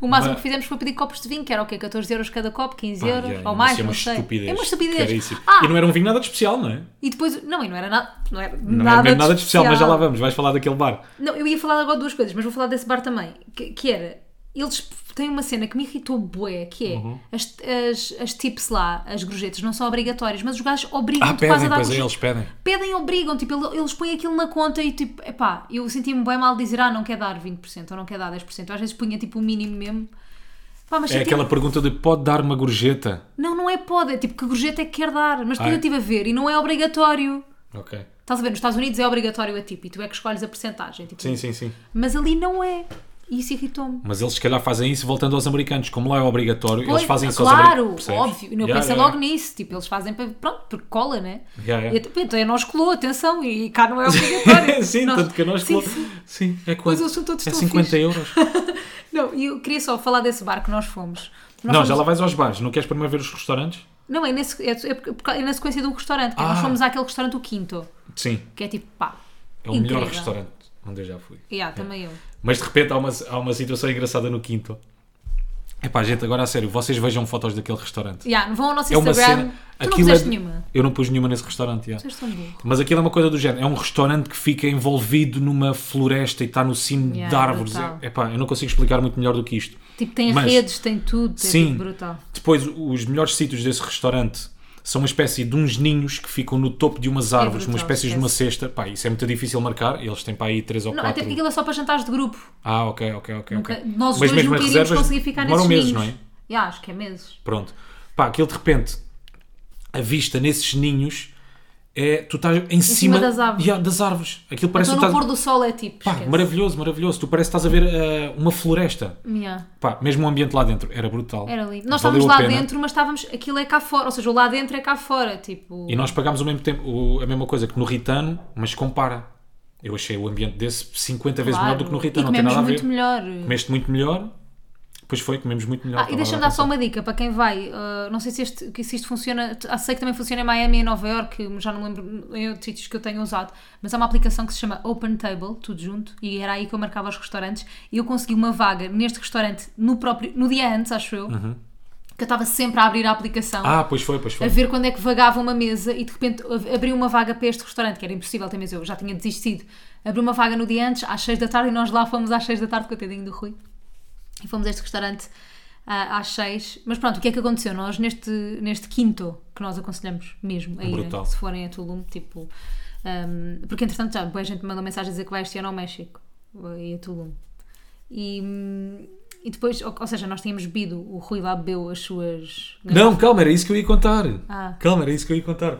B: O máximo
A: Mas-
B: que fizemos foi pedir copos de vinho, que era o quê? 14 euros cada copo, 15
A: é? Pá,
B: euros,
A: yeah,
B: ou
A: yeah,
B: mais,
A: isso é uma
B: não sei.
A: estupidez.
B: É uma estupidez.
A: Caríssimo.
B: Ah,
A: E não era um vinho nada de especial, não é?
B: e depois, não, e não era nada, não era
A: Não
B: nada,
A: era mesmo nada de
B: de
A: especial, mas já lá vamos. Vais falar daquele bar.
B: Não, eu ia falar agora de duas coisas, mas vou falar desse bar também. Que, que era, eles têm uma cena que me irritou bué, que é
A: Uhum.
B: as, as, as tips lá, as gorjetas, não são obrigatórias, mas os gajos obrigam-te quase a dar gorjetas.
A: Ah, pedem. é,
B: Pedem, obrigam, tipo, ele- eles põem aquilo na conta e tipo, epá, eu senti-me bem mal de dizer, ah, não quer dar 20% ou não quer dar 10%. Eu às vezes punha tipo o mínimo mesmo. Pá, mas
A: É
B: senti-me-
A: aquela pergunta de pode dar uma gorjeta?
B: Não, não é pode, é tipo que gorjeta é que quer dar, mas depois
A: Ah, é?
B: eu estive a ver e não é obrigatório.
A: Ok.
B: Estás a ver, nos Estados Unidos é obrigatório a tipo e tu é que escolhes a porcentagem. Tipo,
A: Sim, sim, sim.
B: Mas ali não é. E isso irritou-me.
A: Mas eles se calhar fazem isso voltando aos americanos. Como lá é obrigatório,
B: Pois,
A: eles fazem isso aos
B: Claro,
A: americanos.
B: óbvio. Eu pensei logo nisso. Tipo, eles fazem para. Pronto, porque cola, né?
A: Yeah, yeah.
B: E até- então é nós colou, atenção, e cá não é obrigatório.
A: sim,
B: Nós-
A: tanto que é nós
B: Sim,
A: colo-
B: sim.
A: Sim, é
B: Mas
A: quanto?
B: eles são todos
A: É
B: tão
A: 50
B: fixe.
A: euros.
B: Não, e eu queria só falar desse bar que nós fomos. Nós
A: não,
B: fomos-
A: já lá vais aos bares. Não queres primeiro ver os restaurantes?
B: Não, é, nesse, é, é porque- porque- é na sequência de um restaurante. que é Nós
A: Ah.
B: fomos àquele restaurante, o Quinto,
A: Sim.
B: que é tipo, pá.
A: É o
B: incrível.
A: melhor restaurante onde eu já fui.
B: Yeah, também eu.
A: Mas de repente há uma, há uma situação engraçada no quinto. Epá, gente, agora a sério, vocês vejam fotos daquele restaurante.
B: Yeah, vão ao nosso
A: é uma
B: Instagram.
A: cena.
B: Tu não
A: aquilo é
B: puseste
A: de-
B: nenhuma.
A: Eu não pus nenhuma nesse restaurante. yeah.
B: Tu és tão burro.
A: Mas aquilo é uma coisa do género. É um restaurante que fica envolvido numa floresta e está no cimo
B: Yeah,
A: de árvores.
B: brutal.
A: É- Epá, eu não consigo explicar muito melhor do que isto.
B: Tipo, tem
A: Mas-
B: redes, tem tudo. É
A: Sim.
B: tipo, brutal.
A: Depois, os melhores sítios desse restaurante são uma espécie de uns ninhos que ficam no topo de umas árvores,
B: É brutal,
A: uma espécie de uma cesta. Pá, isso é muito difícil marcar. Eles têm para aí 3 ou
B: Não,
A: 4.
B: até porque aquilo é só para jantares de grupo.
A: Ah, ok, ok, ok.
B: Nunca-
A: ok.
B: Nós os dois
A: mesmo
B: nunca
A: as
B: iríamos
A: reservas
B: conseguir ficar nesses
A: demoram meses,
B: ninhos.
A: não é?
B: Ya, acho que é meses.
A: Pronto. Pá, aquilo de repente, a vista nesses ninhos é. Tu estás em,
B: cima
A: cima,
B: das árvores.
A: Yeah, das árvores. Aquilo parece
B: então
A: que
B: no
A: tu
B: pôr
A: estás.
B: do sol é tipo.
A: Pá,
B: esquece.
A: maravilhoso, maravilhoso. Tu parece que estás a ver eh, uma floresta.
B: Ya,
A: Pá, mesmo o ambiente lá dentro era brutal.
B: Era lindo. Nós
A: Valeu
B: estávamos
A: a
B: lá
A: pena.
B: dentro, mas estávamos. Aquilo é cá fora. Ou seja, o lá dentro é cá fora. Tipo.
A: E nós pagámos o mesmo tempo, o- a mesma coisa que no Ritano, mas compara. Eu achei o ambiente desse 50 vezes melhor do que no
B: Ritano,
A: Ritano,
B: e
A: não tem
B: comemos
A: nada a ver.
B: muito melhor.
A: Comeste muito melhor, pois foi, comemos muito melhor.
B: Ah,
A: Estava
B: e
A: agora
B: deixa-me
A: a
B: dar só
A: pensar.
B: uma dica para quem vai. ah, não sei se, este, que se isto funciona. ah, Sei que também funciona em Miami e em Nova York, já não me lembro em outros sítios que eu tenho usado. Mas há uma aplicação que se chama Open Table, tudo junto. E era aí que eu marcava os restaurantes. E eu consegui uma vaga neste restaurante no, próprio, no dia antes, acho eu. Que eu estava sempre a abrir a aplicação.
A: Ah, pois foi, pois foi.
B: a ver quando é que vagava uma mesa e de repente ab- abriu uma vaga para este restaurante, que era impossível, até mesmo eu já tinha desistido. Abriu uma vaga no dia antes, às 6 da tarde, e nós lá fomos às 6 da tarde, coitadinho do Rui. E fomos a este restaurante ah, às 6. Mas pronto, o que é que aconteceu? Nós, neste, neste quinto, que nós aconselhamos mesmo a irem,
A: Brutal.
B: se forem a Tulum, tipo. ahm, porque entretanto já boa gente me mandou mensagem a dizer que vai este ano ao México eh, e a Tulum. E, hum, e depois, ou, ou seja, nós tínhamos bebido, o Rui lá bebeu as suas.
A: Não, calma, era isso que eu ia contar.
B: Ah.
A: Calma, era isso que eu ia contar.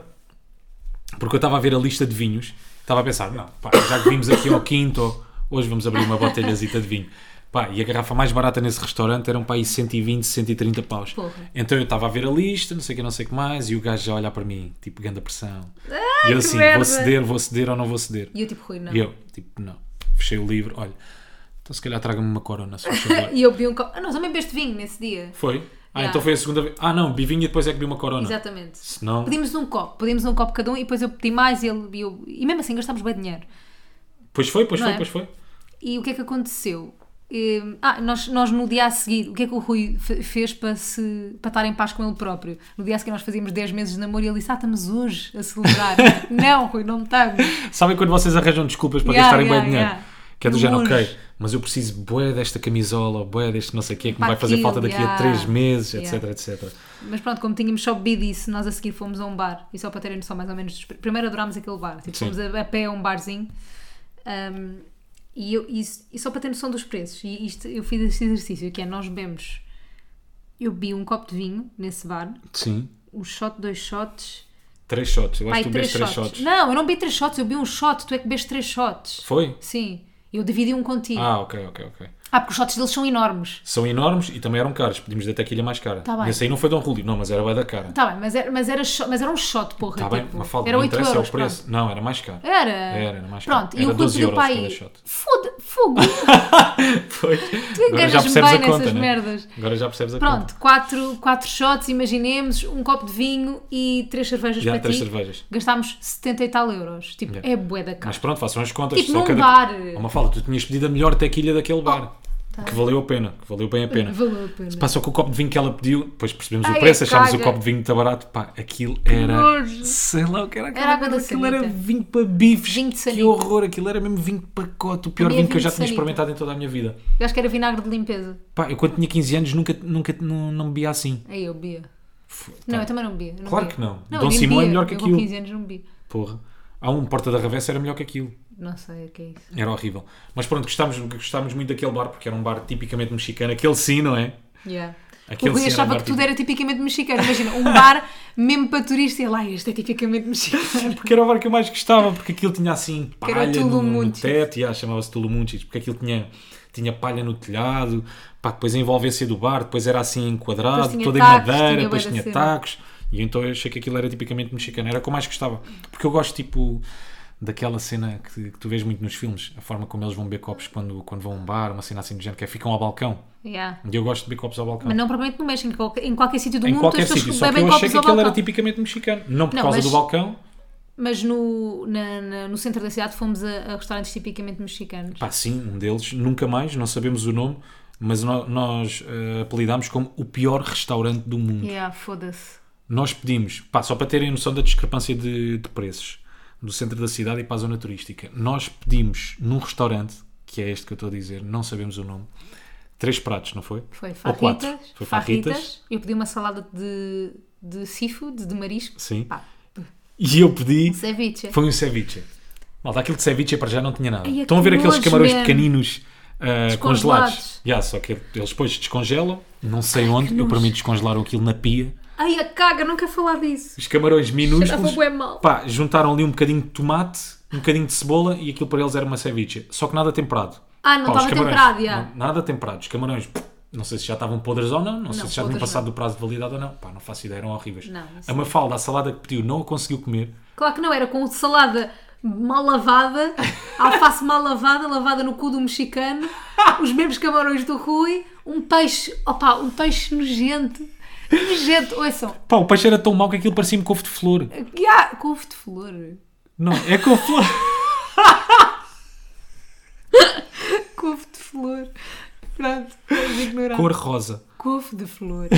A: Porque eu estava a ver a lista de vinhos, estava a pensar, não, pá, já que vimos aqui ao quinto, hoje vamos abrir uma botelhazita de vinho. Pá, e a garrafa mais barata nesse restaurante eram para aí 120, 130 paus.
B: Porra.
A: Então eu estava a ver a lista, não sei o que, não sei o que mais, e o gajo já a olhar para mim, tipo, ganda pressão. e eu
B: que
A: assim,
B: merda.
A: vou ceder, vou ceder ou não vou ceder.
B: E eu tipo, Rui, não.
A: E eu, tipo, não, fechei o livro, olha, então se calhar traga-me uma corona, se faz favor.
B: E eu bebi um copo. Ah, nós também bebeste vinho nesse dia.
A: Foi? Ah,
B: Yeah.
A: então foi a segunda vez. Ah, não, bivinha e depois é que vi uma corona.
B: Exatamente.
A: Se não,
B: Pedimos um copo, pedimos um copo cada um e depois eu pedi mais e ele. E, eu- e mesmo assim gastámos bem dinheiro.
A: Pois foi, pois
B: Não
A: foi,
B: é?
A: pois foi.
B: E o que é que aconteceu? Hum, ah, nós, nós no dia a seguir, o que é que o Rui fe- fez para, se, para estar em paz com ele próprio? No dia a seguir nós fazíamos 10 meses de namoro e ele disse: Ah, estamos hoje a celebrar. não, Rui, não estamos.
A: Sabem quando vocês arranjam desculpas para
B: Yeah,
A: gastarem
B: yeah,
A: bué dinheiro?
B: yeah.
A: Que é do
B: No
A: género,
B: urge.
A: ok, mas eu preciso bué desta camisola, ou bué deste não sei o quê, que me
B: Pá,
A: vai fazer falta
B: aquilo,
A: daqui a
B: yeah.
A: três meses,
B: Yeah.
A: etc, etc.
B: Mas pronto, como tínhamos só bebido isso, nós a seguir fomos a um bar. E só para terem noção mais ou menos. dos- Primeiro adorámos aquele bar. Tipo,
A: Sim.
B: fomos a, a pé a um barzinho. Um, e, eu- e s- e só para ter noção dos preços. E isto, eu fiz este exercício, que é nós bebemos... Eu bebi um copo de vinho nesse bar.
A: Sim.
B: Um shot, dois shots.
A: Três shots, eu acho
B: Ai,
A: que tu
B: três,
A: bebes três
B: shots.
A: shots.
B: Não, eu não bebi três shots. Eu bebi um shot. Tu é que bebeste três shots.
A: Foi?
B: Sim. Eu dividi um contigo.
A: Ah, ok, ok, ok.
B: Ah, porque os shots deles são enormes.
A: São enormes e também eram caros. Pedimos da taquilha mais cara.
B: Tá bem.
A: Esse aí não foi Dom Julio, não, mas era bem da cara.
B: Tá bem, mas era, mas era, sho- mas era um shot, porra.
A: Está Tá bem,
B: tipo,
A: uma falta.
B: era
A: Não
B: 8
A: interessa
B: euros,
A: é o preço.
B: pronto.
A: Não, era mais caro.
B: Era.
A: Era, era mais caro.
B: Pronto, e
A: Era
B: o Rui
A: 12
B: pediu
A: euros
B: para
A: cada
B: aí.
A: shot.
B: Foda, fogo.
A: Pois. Agora já
B: enganas-me
A: percebes a
B: bem
A: conta,
B: nessas
A: né?
B: merdas.
A: Agora já percebes a conta.
B: Pronto, 4 quatro shots, imaginemos, um copo de vinho e 3 cervejas
A: Já,
B: para
A: três
B: ti.
A: cervejas.
B: Gastámos 70 e tal euros. Tipo,
A: Yeah.
B: é bué da cara.
A: Mas pronto, façam as contas.
B: Tipo
A: só
B: num
A: cada...
B: bar. Oh, tá
A: Uma fala, tu tinhas pedido a melhor tequilha daquele bar. Que valeu a pena, que valeu bem a pena.
B: Valeu a pena.
A: Se passou com o copo de vinho que ela pediu, depois percebemos
B: Ai,
A: o preço,
B: é
A: achámos o
B: caga.
A: copo de vinho muito barato, pá, aquilo era.
B: nojo.
A: Sei lá o que era aquilo.
B: Era água da
A: aquilo era
B: sanita.
A: vinho para bifes.
B: Vinho de
A: que
B: sanita.
A: horror, aquilo era mesmo vinho de pacote, o pior
B: Também é
A: vinho que eu
B: vinho
A: já
B: de
A: tinha
B: sanita.
A: experimentado em toda a minha vida.
B: Eu acho que era vinagre de limpeza.
A: Pá, eu quando tinha 15 anos nunca, nunca não, não bebia assim.
B: Aí eu bebia.
A: F-
B: Não, é?
A: tá,
B: eu também não bebia. eu
A: Claro
B: bebia.
A: que não.
B: eu
A: Dom
B: nem
A: Simão é
B: bebia.
A: melhor que
B: eu
A: aquilo.
B: Com 15 anos não bebia.
A: Porra. Há um Porta da Ravessa era melhor que aquilo.
B: Não sei o que é isso.
A: Era horrível. Mas pronto, gostámos, gostámos muito daquele bar, porque era um bar tipicamente mexicano. Aquele sim, não é?
B: Yeah.
A: Aquele
B: o Rui
A: sim era
B: achava
A: bar
B: que tudo era tipicamente mexicano. Imagina, um bar mesmo para turista e lá, este é tipicamente mexicano.
A: Porque era o bar que eu mais gostava, porque aquilo tinha assim
B: Que era
A: palha
B: o
A: no, no
B: Tulumunchis.
A: teto, já, chamava-se Tulumunchis, porque aquilo tinha, tinha palha no telhado, pá, depois a envolvência do bar, depois era assim enquadrado,
B: Depois tinha
A: toda
B: tacos,
A: em madeira,
B: tinha
A: depois
B: bué da
A: tinha
B: cena.
A: tacos, e então eu achei que aquilo era tipicamente mexicano, era o que eu mais gostava, porque eu gosto tipo daquela cena que, que tu vês muito nos filmes, a forma como eles vão beber copos quando, quando vão a um bar, uma cena assim do género, que é ficam ao balcão,
B: Yeah.
A: e eu gosto de beber copos ao balcão.
B: Mas não provavelmente no México, em qualquer, em qualquer sítio do
A: Em
B: mundo
A: qualquer
B: as pessoas
A: sítio, só que
B: bebem
A: eu achei
B: copos
A: que
B: ao
A: aquilo era tipo-
B: balcão.
A: tipicamente mexicano. Não por
B: Não,
A: causa
B: mas-
A: do balcão,
B: Mas no, na- na- no centro da cidade fomos a, a restaurantes tipicamente mexicanos.
A: Pá, sim, um deles, nunca mais, não sabemos o nome, mas no- nós eh, apelidámos como o pior restaurante do mundo.
B: Yeah, foda-se.
A: Nós pedimos, pá, só para terem noção da discrepância de, de preços, do centro da cidade e para a zona turística, nós pedimos num restaurante, que é este que eu estou a dizer, não sabemos o nome, três pratos, não foi?
B: Foi
A: Ou quatro.
B: farritas.
A: Foi farritas.
B: Eu pedi uma salada de, de seafood, de marisco.
A: Sim.
B: Pá,
A: E eu pedi,
B: ceviche.
A: foi um ceviche. Malta, aquilo de ceviche para já não tinha nada.
B: Ai, é
A: Estão a
B: que
A: ver aqueles
B: nojo,
A: camarões
B: man.
A: pequeninos ah,
B: Descongelados.
A: congelados? Já, só que eles depois descongelam, não sei onde, eu
B: nojo.
A: para mim descongelaram aquilo na pia.
B: Ai, a caga, não quero falar disso.
A: Os camarões
B: Cheirava
A: minúsculos,
B: bué mal.
A: pá, juntaram ali um bocadinho de tomate, um bocadinho de cebola e aquilo para eles era uma ceviche. Só que nada temperado.
B: Ah, não
A: Pá, os
B: estava
A: camarões,
B: temperado, já.
A: não- Nada temperado. Os camarões, pff, não sei se já estavam podres ou não, não, sei
B: Não,
A: se já tinham
B: podres
A: passado
B: não.
A: do prazo de validade ou não. Pá, não faço ideia, eram horríveis.
B: Não, isso
A: a Mafalda, a salada que pediu, não a conseguiu comer.
B: Claro que não, era com salada mal lavada, alface mal lavada, lavada no cu do mexicano, os mesmos camarões do Rui, um peixe, opa, um peixe nojento. Nojento, ouçam.
A: Pá, o peixe era tão mau que aquilo parecia-me couve de flor.
B: Yeah, couve de flor.
A: Não, é couve de flor.
B: Couve de flor. Pronto, vamos ignorar.
A: Cor rosa.
B: Couve de flor.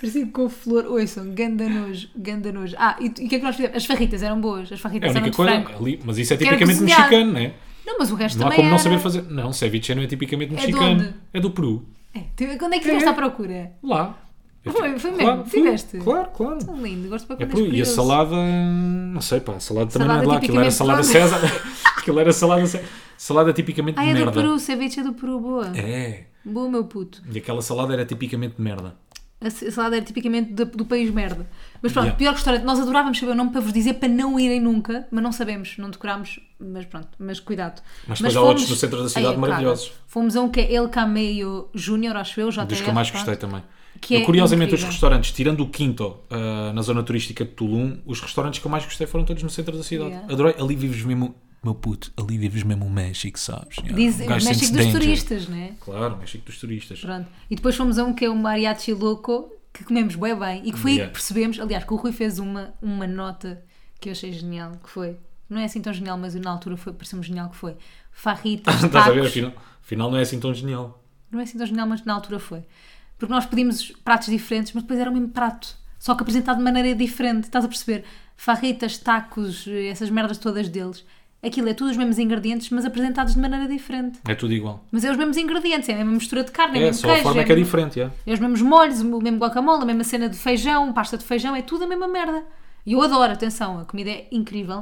B: Parecia couve de flor. Ouçam, ganda nojo, ganda nojo. Ah, e, tu- e o que é que nós fizemos? As farritas eram boas, as
A: É
B: farritas
A: a
B: eram
A: única
B: de
A: coisa.
B: frango.
A: Ali, mas isso é
B: Quero
A: tipicamente
B: cozinhar.
A: mexicano, né?
B: Não, mas o resto
A: Não há
B: também
A: como não
B: era.
A: saber fazer. Não, ceviche não é tipicamente
B: de
A: mexicano.
B: onde?
A: É do Peru.
B: É, tu- quando é que tiveste à procura?
A: Lá. Eu
B: Foi-
A: tive-
B: foi mesmo?
A: fui.
B: Tiveste?
A: Claro, claro.
B: Tão lindo, gosto para
A: É
B: quando
A: Peru. E a
B: curioso.
A: salada. Não sei, pá. A salada também
B: Salada
A: não é de lá. Aquilo era salada
B: tipicamente
A: César. Aquilo era salada César. Salada tipicamente
B: Ah,
A: de
B: é do
A: merda.
B: Peru, ceviche é do Peru, boa.
A: É.
B: Boa, meu puto.
A: E aquela salada era tipicamente de merda.
B: A c- a salada era tipicamente do, do país merda. Mas pronto,
A: Yeah.
B: pior restaurante. Nós adorávamos saber o nome para vos dizer para não irem nunca, mas não sabemos, não decorámos, mas pronto, mas cuidado.
A: Mas depois há outros no centro da cidade
B: Ai, é,
A: maravilhosos.
B: cara. Fomos a um que é El Cameio Júnior, acho eu, já
A: Dos que eu mais gostei também.
B: Que
A: Eu,
B: é
A: curiosamente,
B: incrível.
A: os restaurantes, tirando o Quinto, ah, na zona turística de Tulum, os restaurantes que eu mais gostei foram todos no centro da cidade.
B: Yeah.
A: Adorei. Ali vives mesmo, meu puto, ali vives mesmo o México, sabes? Yeah.
B: Diz,
A: O Um gajo
B: México
A: sente-se
B: dos
A: danger.
B: turistas, né?
A: Claro, México dos turistas.
B: Pronto. E depois fomos a um que é o Mariachi Louco, que comemos bem bem, e que foi aí
A: Yeah.
B: que percebemos, aliás, que o Rui fez uma, uma nota que eu achei genial, que foi, não é assim tão genial, mas eu, na altura foi, pareceu-me genial que foi, farritas,
A: Estás a ver?
B: tacos,
A: Afinal, afinal não é assim tão genial.
B: não é assim tão genial, mas na altura foi. Porque nós pedimos pratos diferentes, mas depois era o mesmo prato, só que apresentado de maneira diferente, estás a perceber? Farritas, tacos, essas merdas todas deles, aquilo é tudo os mesmos ingredientes, mas apresentados de maneira diferente.
A: É tudo igual.
B: Mas é os mesmos ingredientes, é a mesma mistura de carne, é, o
A: É,
B: mesmo
A: só
B: queijo,
A: a forma é que é
B: a mesma-
A: diferente, é.
B: é os mesmos molhos, o mesmo guacamole, a mesma cena de feijão, pasta de feijão, é tudo a mesma merda. E eu adoro, atenção, a comida é incrível.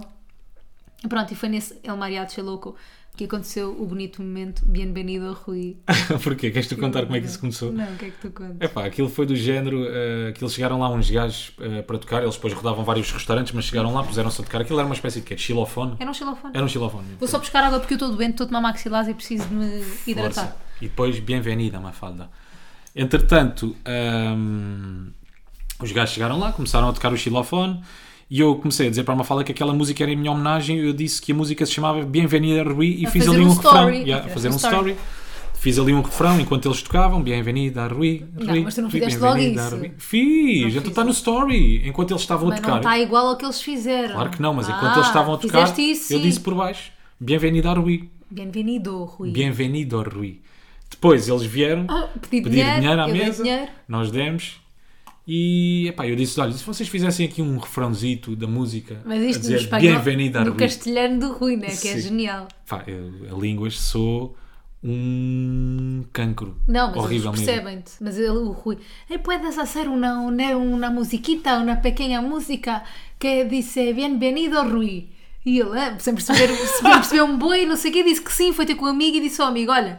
B: E Pronto, e foi nesse El Mariachi Louco que aconteceu o bonito momento Bienvenido Rui.
A: Porquê? Queres tu contar como é que isso começou?
B: Não, o que é que tu contas?
A: Epá, aquilo foi do género, eh, que eles chegaram lá uns gajos eh, para tocar, eles depois rodavam vários restaurantes, mas chegaram lá, puseram-se a tocar. Aquilo era uma espécie de quê? De xilofone?
B: Era um xilofone.
A: Era um xilofone. mesmo.
B: Vou só buscar água porque eu estou doente, estou a tomar maxilase e preciso de me hidratar.
A: Força. E depois, bem-vinda, Mafalda. Entretanto, hum, os gajos chegaram lá, começaram a tocar o xilofone e eu comecei a dizer para a Mafalda que aquela música era em minha homenagem. Eu disse que a música se chamava Bienvenida Rui e
B: A
A: fiz
B: fazer
A: ali um,
B: um
A: refrão.
B: story.
A: Yeah, a fazer um story. Fiz ali um refrão enquanto eles tocavam, Bienvenida Rui.
B: Não,
A: Rui,
B: mas tu não
A: Rui,
B: fizeste logo
A: Bienvenida,
B: isso.
A: Rui. Fiz, então
B: fiz.
A: está no story, enquanto eles estavam a
B: Mas não
A: tocar.
B: está igual ao que eles fizeram.
A: Claro que não, mas
B: Ah,
A: enquanto eles estavam a tocar,
B: Fizeste isso,
A: eu
B: sim.
A: disse por baixo: Bienvenido Rui.
B: Bienvenido, Rui.
A: Bienvenido Rui. Depois eles vieram
B: Ah, pedi
A: pedir
B: dinheiro,
A: dinheiro, à
B: eu dei
A: mesa,
B: dinheiro.
A: nós demos. E epá, eu disse: olha, se vocês fizessem aqui um refrãozito da música,
B: Mas
A: a
B: isto no
A: dizer
B: espanhol,
A: Bienvenido
B: no
A: Rui.
B: castelhano do Rui, né? Que é
A: Sim.
B: genial.
A: Pá, eu, a línguas sou um cancro.
B: Não, mas
A: horrível
B: eles
A: mesmo.
B: percebem-te. Mas ele, o Rui, "Eh, puedes hacer una, una, una musiquita, una pequeña música que dice bienvenido Rui. E ele, "Ah", sem perceber, sem perceber um boi, não sei o quê, disse que sim, foi ter com o amigo e disse ao amigo, olha.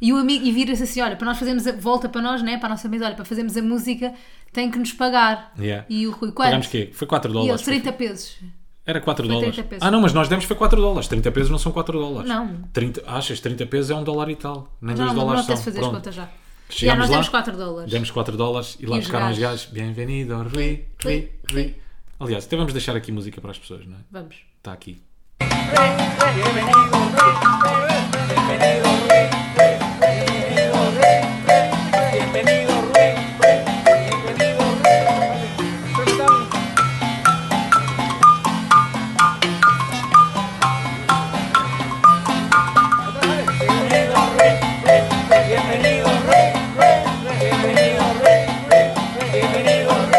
B: E o amigo, e vira-se assim, olha, para nós fazermos a volta para nós, né, para a nossa mesa, olha, para fazermos a música, tem que nos pagar.
A: Yeah.
B: E o Rui,
A: Pagámos
B: quanto?
A: quê? Foi 4
B: E
A: dólares.
B: eles, 30 pesos.
A: Era 4
B: 30
A: dólares.
B: pesos.
A: Ah, não, mas nós demos foi 4 dólares. 30 pesos não são 4 dólares.
B: Não.
A: 30, achas? 30 pesos é 1 dólar e tal. Nem 2
B: Não, não,
A: dólares
B: não
A: são.
B: tens de fazer as
A: Pronto.
B: contas já. Já
A: Chegámos
B: nós
A: lá,
B: demos 4 dólares.
A: demos 4 dólares e lá
B: E os
A: buscaram os
B: gajos?
A: gajos. Bienvenido, Rui, Rui, Rui. Aliás, até vamos deixar aqui música para as pessoas, não é?
B: Vamos.
A: Está aqui.
D: Bienvenido, Rey. Bienvenido, Rey. Bienvenido, Rey. Bienvenido, Rey. Bienvenido, Rey. Bienvenido,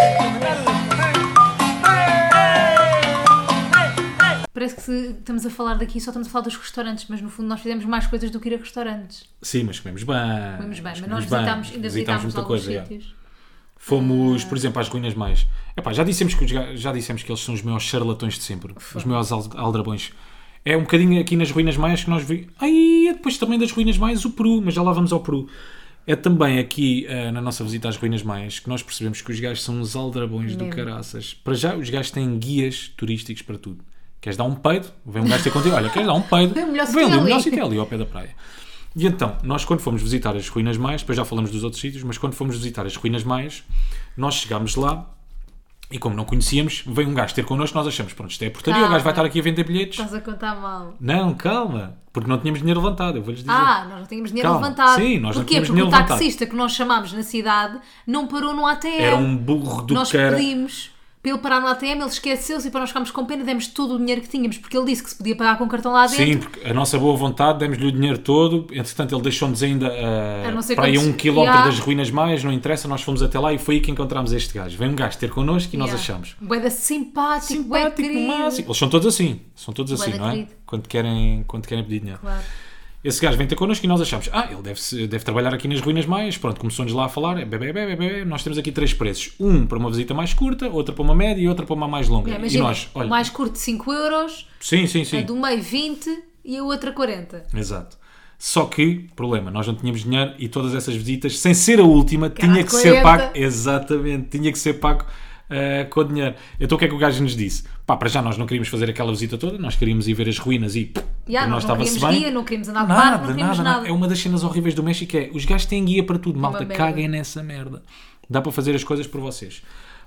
D: Rey.
B: Parece que se- estamos a falar daqui só estamos a falar dos restaurantes, mas no fundo nós fizemos mais coisas do que ir a restaurantes.
A: Sim, Ah, mas comemos bem.
B: Comemos bem,
A: Nós
B: mas nós
A: comemos bem.
B: visitámos, ainda visitámos, alguns
A: já.
B: sítios.
A: Fomos, por exemplo, às ruínas mais. Epá, já dissemos que os ga- já dissemos que eles são os maiores charlatões de sempre, os maiores al- aldrabões. É um bocadinho aqui nas ruínas maias que nós vi. Ai, é depois também das ruínas maias o Peru, mas já lá vamos ao Peru. É também aqui eh, na nossa visita às ruínas maias que nós percebemos que os gajos são uns aldrabões do
B: Mesmo.
A: caraças. Para já, os gajos têm guias turísticos para tudo. Queres dar um peido? Vem um gajo ter contigo. Olha, queres dar um peido?
B: É o
A: Vem
B: melhor sítio
A: ali, o melhor
B: ali.
A: sítio é ali ao pé da praia. E então, nós quando fomos visitar as Ruínas Maias, depois já falamos dos outros sítios, mas quando fomos visitar as Ruínas Maias, nós chegámos lá e como não conhecíamos, veio um gajo ter connosco, nós achamos, pronto, isto é portaria, o gajo vai
B: Calma. Tá
A: estar aqui a vender bilhetes.
B: Estás a contar mal.
A: Não, calma, porque não tínhamos dinheiro levantado, eu vou-lhes dizer.
B: Ah, nós não tínhamos dinheiro
A: Calma.
B: levantado.
A: Sim, nós não
B: Porquê?
A: tínhamos
B: Porque
A: dinheiro
B: o
A: levantado.
B: taxista que nós chamámos na cidade não parou no ATM.
A: Era um burro do
B: é. nós
A: cara.
B: pedimos para ele parar no ATM, ele esqueceu-se e para nós ficarmos com pena demos todo o dinheiro que tínhamos, porque ele disse que se podia pagar com cartão lá dentro.
A: Sim, porque a nossa boa vontade, demos-lhe o dinheiro todo, entretanto ele deixou-nos ainda ah,
B: A não ser
A: para aí a
B: quantos-
A: um quilómetro
B: Yeah.
A: das ruínas maias, não interessa, nós fomos até lá e foi aí que encontramos este gajo. Veio um gajo ter connosco e nós
B: Yeah.
A: achamos.
B: Bué simpático,
A: simpático, mas... Eles são todos assim, são todos
B: Tipo, é Bué
A: assim,
B: da
A: não é?
B: querido.
A: Quando querem, quando querem pedir dinheiro.
B: Claro.
A: Esse gajo vem ter connosco e nós achamos, ah, ele deve, se- deve trabalhar aqui nas ruínas maias. Pronto, começou-nos lá a falar, é, bebê, bebê, bebê, nós temos aqui três preços. Um para uma visita mais curta, outra para uma média e outra para uma mais longa. e
B: Yeah, É, imagina,
A: nós, olha,
B: o mais curto 5 euros,
A: sim, sim,
B: a
A: sim,
B: do meio 20 é e a outra 40.
A: exato. Só que, problema, nós não tínhamos dinheiro e todas essas visitas, sem ser a última,
B: era
A: tinha
B: de
A: que ser
B: 40.
A: pago, exatamente, tinha que ser pago eh, com dinheiro. Então o que é que o gajo nos disse? Pá, para já nós não queríamos fazer aquela visita toda, nós queríamos ir ver as ruínas e pff,
B: Yeah,
A: para
B: nós não
A: estava-se
B: queríamos guia, não queríamos andar de barco, não queríamos nada.
A: É uma das cenas horríveis do México é os gajos têm guia para tudo, malta,
B: merda.
A: caguem nessa merda. Dá para fazer as coisas por vocês.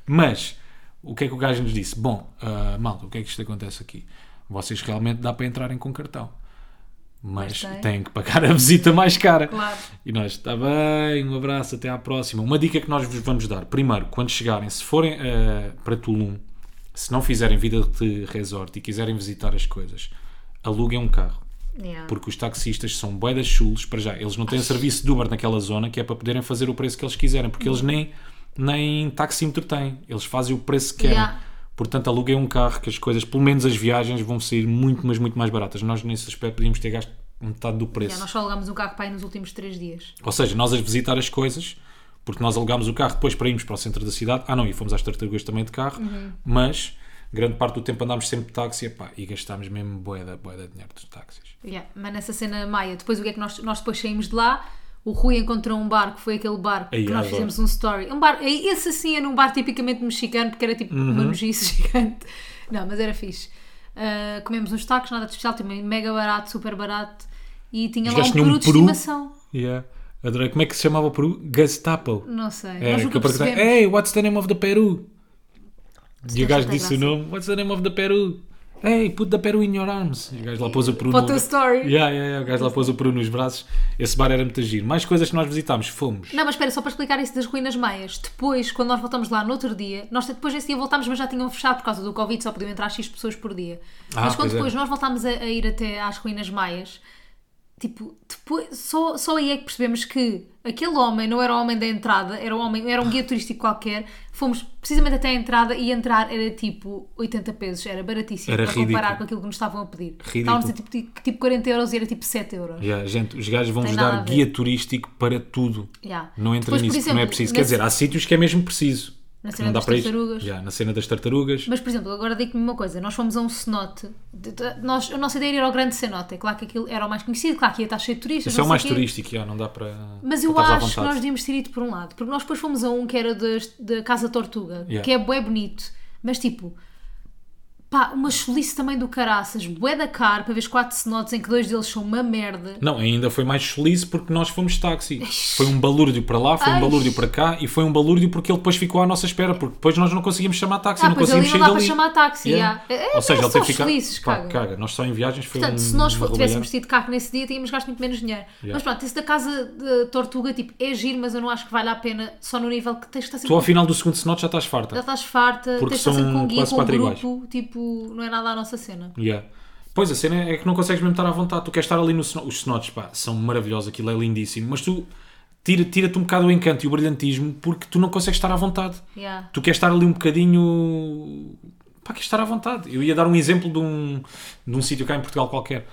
A: Mas o que é que o gajo nos disse? Bom, ah, malta, o que é que isto acontece aqui? Vocês realmente dá para entrarem com cartão. Mas
B: Mas tem.
A: têm que pagar a visita mais cara.
B: Claro.
A: E nós, está bem, um abraço, até à próxima. Uma dica que nós vos vamos dar: primeiro, quando chegarem, se forem ah, para Tulum, se não fizerem vida de resort e quiserem visitar as coisas, aluguem um carro.
B: Yeah.
A: Porque os taxistas são bué das chulos, para já. Eles não têm serviço de Uber naquela zona, que é para poderem fazer o preço que eles quiserem, porque eles nem, nem taxímetro têm. Eles fazem o preço que querem.
B: Yeah.
A: Portanto, aluguei um carro que as coisas, pelo menos as viagens, vão sair muito, mas muito mais baratas. Nós, nesse aspecto, podíamos ter gasto metade do preço.
B: Yeah, nós só alugámos um carro para ir nos últimos 3 dias.
A: Ou seja, nós a visitar as coisas, porque nós alugámos o carro depois para irmos para o centro da cidade. Ah, não, e fomos às tartarugas também de carro,
B: Uhum.
A: mas grande parte do tempo andámos sempre de táxi epá, e gastámos mesmo boeda, boeda de dinheiro dos táxis.
B: Yeah, Mas nessa cena maia, depois o que é que nós, nós depois saímos de lá? O Rui encontrou um bar que foi aquele bar
A: Aí,
B: que nós
A: adoro.
B: fizemos um story. Um bar, esse assim era um bar tipicamente mexicano, porque era tipo
A: Uhum.
B: uma nojice gigante. Não, mas era fixe. Ah, comemos uns tacos, nada de especial, também mega barato, super barato. E tinha
A: Os
B: lá um
A: gajos
B: peru
A: tinham um
B: de
A: peru.
B: estimação.
A: Yeah. Adorei. Como é que se chamava o Peru? Gestapo.
B: Não sei.
A: É,
B: Hum, Nós
A: que eu
B: nunca
A: perguntei,
B: percebemos. tá
A: hey, what's the name of the Peru? E o gajo
B: tanta
A: disse o
B: graça.
A: nome, what's the name of the Peru? Hey, put the Peru in your arms. E o gajo lá pôs o Peru
B: Para o
A: no-
B: teu story.
A: Yeah, yeah, yeah. O gajo lá pôs o Peru nos braços. Esse bar era muito giro. Mais coisas que nós visitámos, fomos.
B: Não, mas espera, só para explicar isso das ruínas maias. Depois, quando nós voltamos lá no outro dia, nós depois desse dia voltámos, mas já tinham fechado por causa do Covid, só podiam entrar X pessoas por dia.
A: Ah,
B: mas quando
A: pois é.
B: depois nós voltámos a, a ir até às ruínas maias, tipo, depois, só, só aí é que percebemos que aquele homem não era o homem da entrada, era, o homem, era um guia turístico qualquer. Fomos precisamente até a entrada e entrar era tipo 80 pesos, era baratíssimo
A: Era
B: para
A: ridículo.
B: comparar com aquilo que nos estavam a pedir.
A: Ridículo.
B: Estávamos a tipo, tipo, tipo 40 euros e era tipo 7 euros.
A: Yeah, gente, os gajos vão-vos
B: Tem nada
A: dar
B: a ver.
A: guia turístico para tudo.
B: Yeah.
A: Não entra
B: Depois, por
A: nisso, porque não é
B: exemplo,
A: preciso. Quer
B: nesse-
A: dizer, há sítios que é mesmo preciso.
B: Na
A: Que
B: cena
A: não dá
B: das
A: para isto.
B: tartarugas.
A: Yeah, na cena das tartarugas.
B: Mas, por exemplo, agora digo-me uma coisa: nós fomos a um cenote. de- de- nós, a nossa ideia era o grande cenote. É claro que aquilo era o mais conhecido, claro que ia estar cheio de turistas.
A: Isso é o
B: não
A: mais
B: sei quê.
A: turístico, já, não dá para.
B: Mas
A: para
B: eu
A: estares à
B: acho que nós
A: vontade.
B: devíamos ter ido por um lado, porque nós depois fomos a um que era das- da Casa Tortuga,
A: Yeah.
B: que é bué bonito, mas tipo, pá, uma chulice também do caraças, bué da cara, para ver os quatro cenotes em que dois deles são uma merda.
A: Não, ainda foi mais feliz porque nós fomos de táxi. Foi um balúrdio para lá, foi um
B: Ai.
A: balúrdio para cá e foi um balúrdio porque ele depois ficou à nossa espera, porque depois nós não conseguíamos chamar táxi,
B: Ah,
A: não
B: pois
A: conseguimos
B: ali
A: sair
B: não dá
A: dali.
B: para chamar táxi, já. É,
A: Ou seja, ele
B: é
A: teve
B: só
A: que ficar.
B: felizes,
A: Pá,
B: caga.
A: caga, nós só em viagens foi
B: Portanto,
A: um.
B: se nós
A: uma
B: fo- tivéssemos
A: roubalheira.
B: tido carro nesse dia, tínhamos gasto muito menos dinheiro. Mas pronto, isso da casa de Tortuga, tipo, é giro, mas eu não acho que vale a pena só no nível que tens de estar
A: Tu ao
B: sempre.
A: final do segundo cenote já estás
B: Já
A: farta.
B: estás farta,
A: Porque
B: tens de estar sempre
A: são
B: com um guia,
A: quase
B: com um
A: quatro
B: grupo, tipo, não é nada a nossa cena.
A: Yeah. Pois a cena é que não consegues mesmo estar à vontade. Tu queres estar ali no ceno... Os cenotes, pá, são maravilhosos, aquilo é lindíssimo, mas tu tira- tira-te um bocado o encanto e o brilhantismo porque tu não consegues estar à vontade.
B: Yeah.
A: tu queres estar ali um bocadinho. pá, queres estar à vontade. Eu ia dar um exemplo de um, de um sítio cá em Portugal qualquer.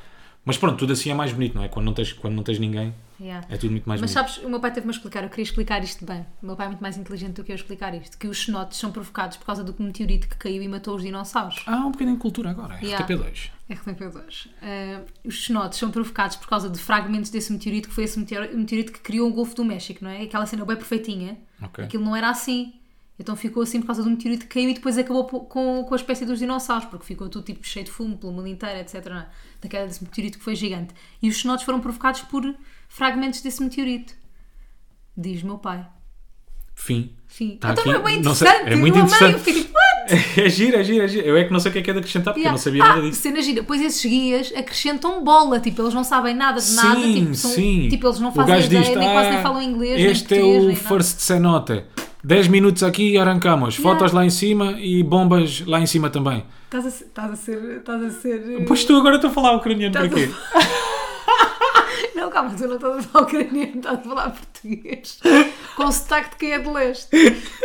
A: Mas pronto, tudo assim é mais bonito, não é? Quando não tens, quando não tens ninguém,
B: Yeah.
A: é tudo muito mais
B: Mas
A: bonito.
B: sabes, o meu pai teve-me a explicar, eu queria explicar isto bem. O meu pai é muito mais inteligente do que eu a explicar isto: que os cenotes são provocados por causa do meteorito que caiu e matou os dinossauros.
A: Há um bocadinho de cultura agora, é
B: Yeah.
A: RTP2.
B: RTP2. Ah, os cenotes são provocados por causa de fragmentos desse meteorito, que foi esse meteoro- meteorito que criou o Golfo do México, não é? Aquela cena bem perfeitinha.
A: Ok.
B: Aquilo não era assim. Então ficou assim por causa do meteorito que caiu e depois acabou po- com, com a espécie dos dinossauros, porque ficou tudo tipo cheio de fumo pelo mundo inteiro, etc. não é? Da queda desse meteorito que foi gigante. E os cenotes foram provocados por fragmentos desse meteorito. Diz meu pai.
A: Fim.
B: Enfim.
A: Tá
B: então
A: aqui-
B: é bem
A: não sei-
B: interessante.
A: é muito
B: eu amei,
A: interessante.
B: eu fiquei tipo, "What?"
A: É gira, é gira, é gira. Eu é que não sei o que é que é de acrescentar porque eu não sabia
B: ah,
A: nada disso.
B: Cena gira. Pois esses guias acrescentam bola, tipo, eles não sabem nada de nada,
A: sim,
B: tipo, são-
A: sim.
B: tipo, eles não
A: O
B: fazem
A: gajo
B: ideia,
A: diz,
B: nem quase nem
A: "Ah,
B: falam inglês,
A: Este
B: nem português,
A: é
B: nem
A: o
B: nada."
A: First Cenote. 10 minutos aqui e arrancamos.
B: Yeah.
A: Fotos lá em cima e bombas lá em cima também.
B: Estás a ser, estás a ser, estás a ser... eh,
A: Pois tu agora estou a falar ucraniano para
B: Estás
A: quê?
B: Não, calma, tu não estás a falar ucraniano, estás a falar português. Com o sotaque de quem é de leste.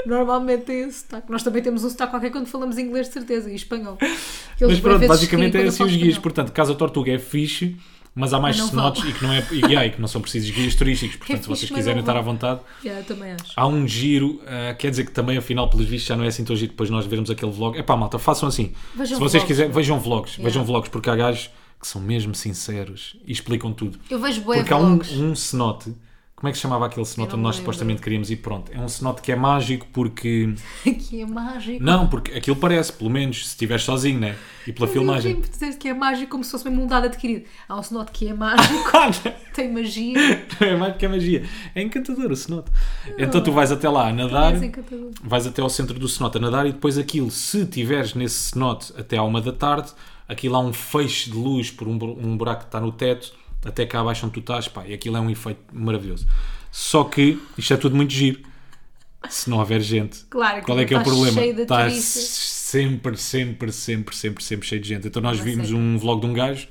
B: Normalmente é esse sotaque. Nós também temos um sotaque qualquer quando falamos inglês, de certeza, e espanhol. Que eles
A: Mas
B: por
A: pronto,
B: vezes
A: basicamente é assim
B: riem quando eu
A: os
B: falo
A: guias.
B: espanhol.
A: Portanto, Casa Tortuga é fixe, mas há mais
B: Mas não
A: cenotes e que, não é, e, que há, e que não são precisos guias turísticos. Portanto, se
B: fixe,
A: vocês
B: mas
A: quiserem
B: não
A: estar
B: vão.
A: à vontade,
B: Yeah, eu também acho.
A: há um giro. ah, quer dizer que também, afinal, pelos vistos, já não é assim tão giro depois nós vermos aquele vlog. É pá, malta, façam assim.
B: Vejam
A: se vocês
B: vlogs.
A: quiserem, vejam vlogs.
B: Yeah.
A: Vejam vlogs, porque há gajos que são mesmo sinceros e explicam tudo.
B: Eu vejo bué
A: Porque há um,
B: vlogs.
A: um cenote. Como é que se chamava aquele cenote onde
B: não me
A: nós
B: lembro.
A: supostamente queríamos ir? Pronto, é um cenote que é mágico porque.
B: Aqui é mágico.
A: Não, porque aquilo parece, pelo menos, se estiver sozinho, né? E pela filmagem.
B: Eu dizer que é mágico como se fosse mesmo um dado adquirido. Há um cenote que é mágico, tem magia.
A: é mais porque é magia. É encantador o cenote. Então tu vais até lá a nadar,
B: Parece Ah. encantador.
A: vais até ao centro do cenote a nadar e depois aquilo, se tiveres nesse cenote até à uma da tarde, aquilo há um feixe de luz por um, bur- um buraco que está no teto, até cá abaixo onde tu estás, pá, e aquilo é um efeito maravilhoso. Só que isto é tudo muito giro. Se não houver gente,
B: Claro, aquilo
A: qual é que é o
B: está
A: problema?
B: cheio de
A: Está
B: turistas.
A: sempre, sempre, sempre, sempre, sempre cheio de gente. Então nós
B: Não
A: vimos
B: sei.
A: um vlog de um gajo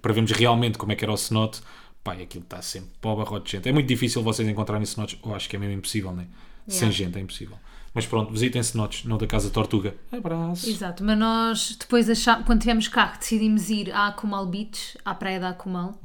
A: para vermos realmente como é que era o cenote. Pá, e aquilo está sempre para o barrote de gente. É muito difícil vocês encontrarem cenotes. Eu acho que é mesmo impossível, né? Sem gente é impossível. Mas pronto, visitem cenotes, não da Casa Tortuga. Abraço.
B: Exato, mas nós depois achámos, quando tivemos carro, decidimos ir à Akumal Beach, à praia da Akumal,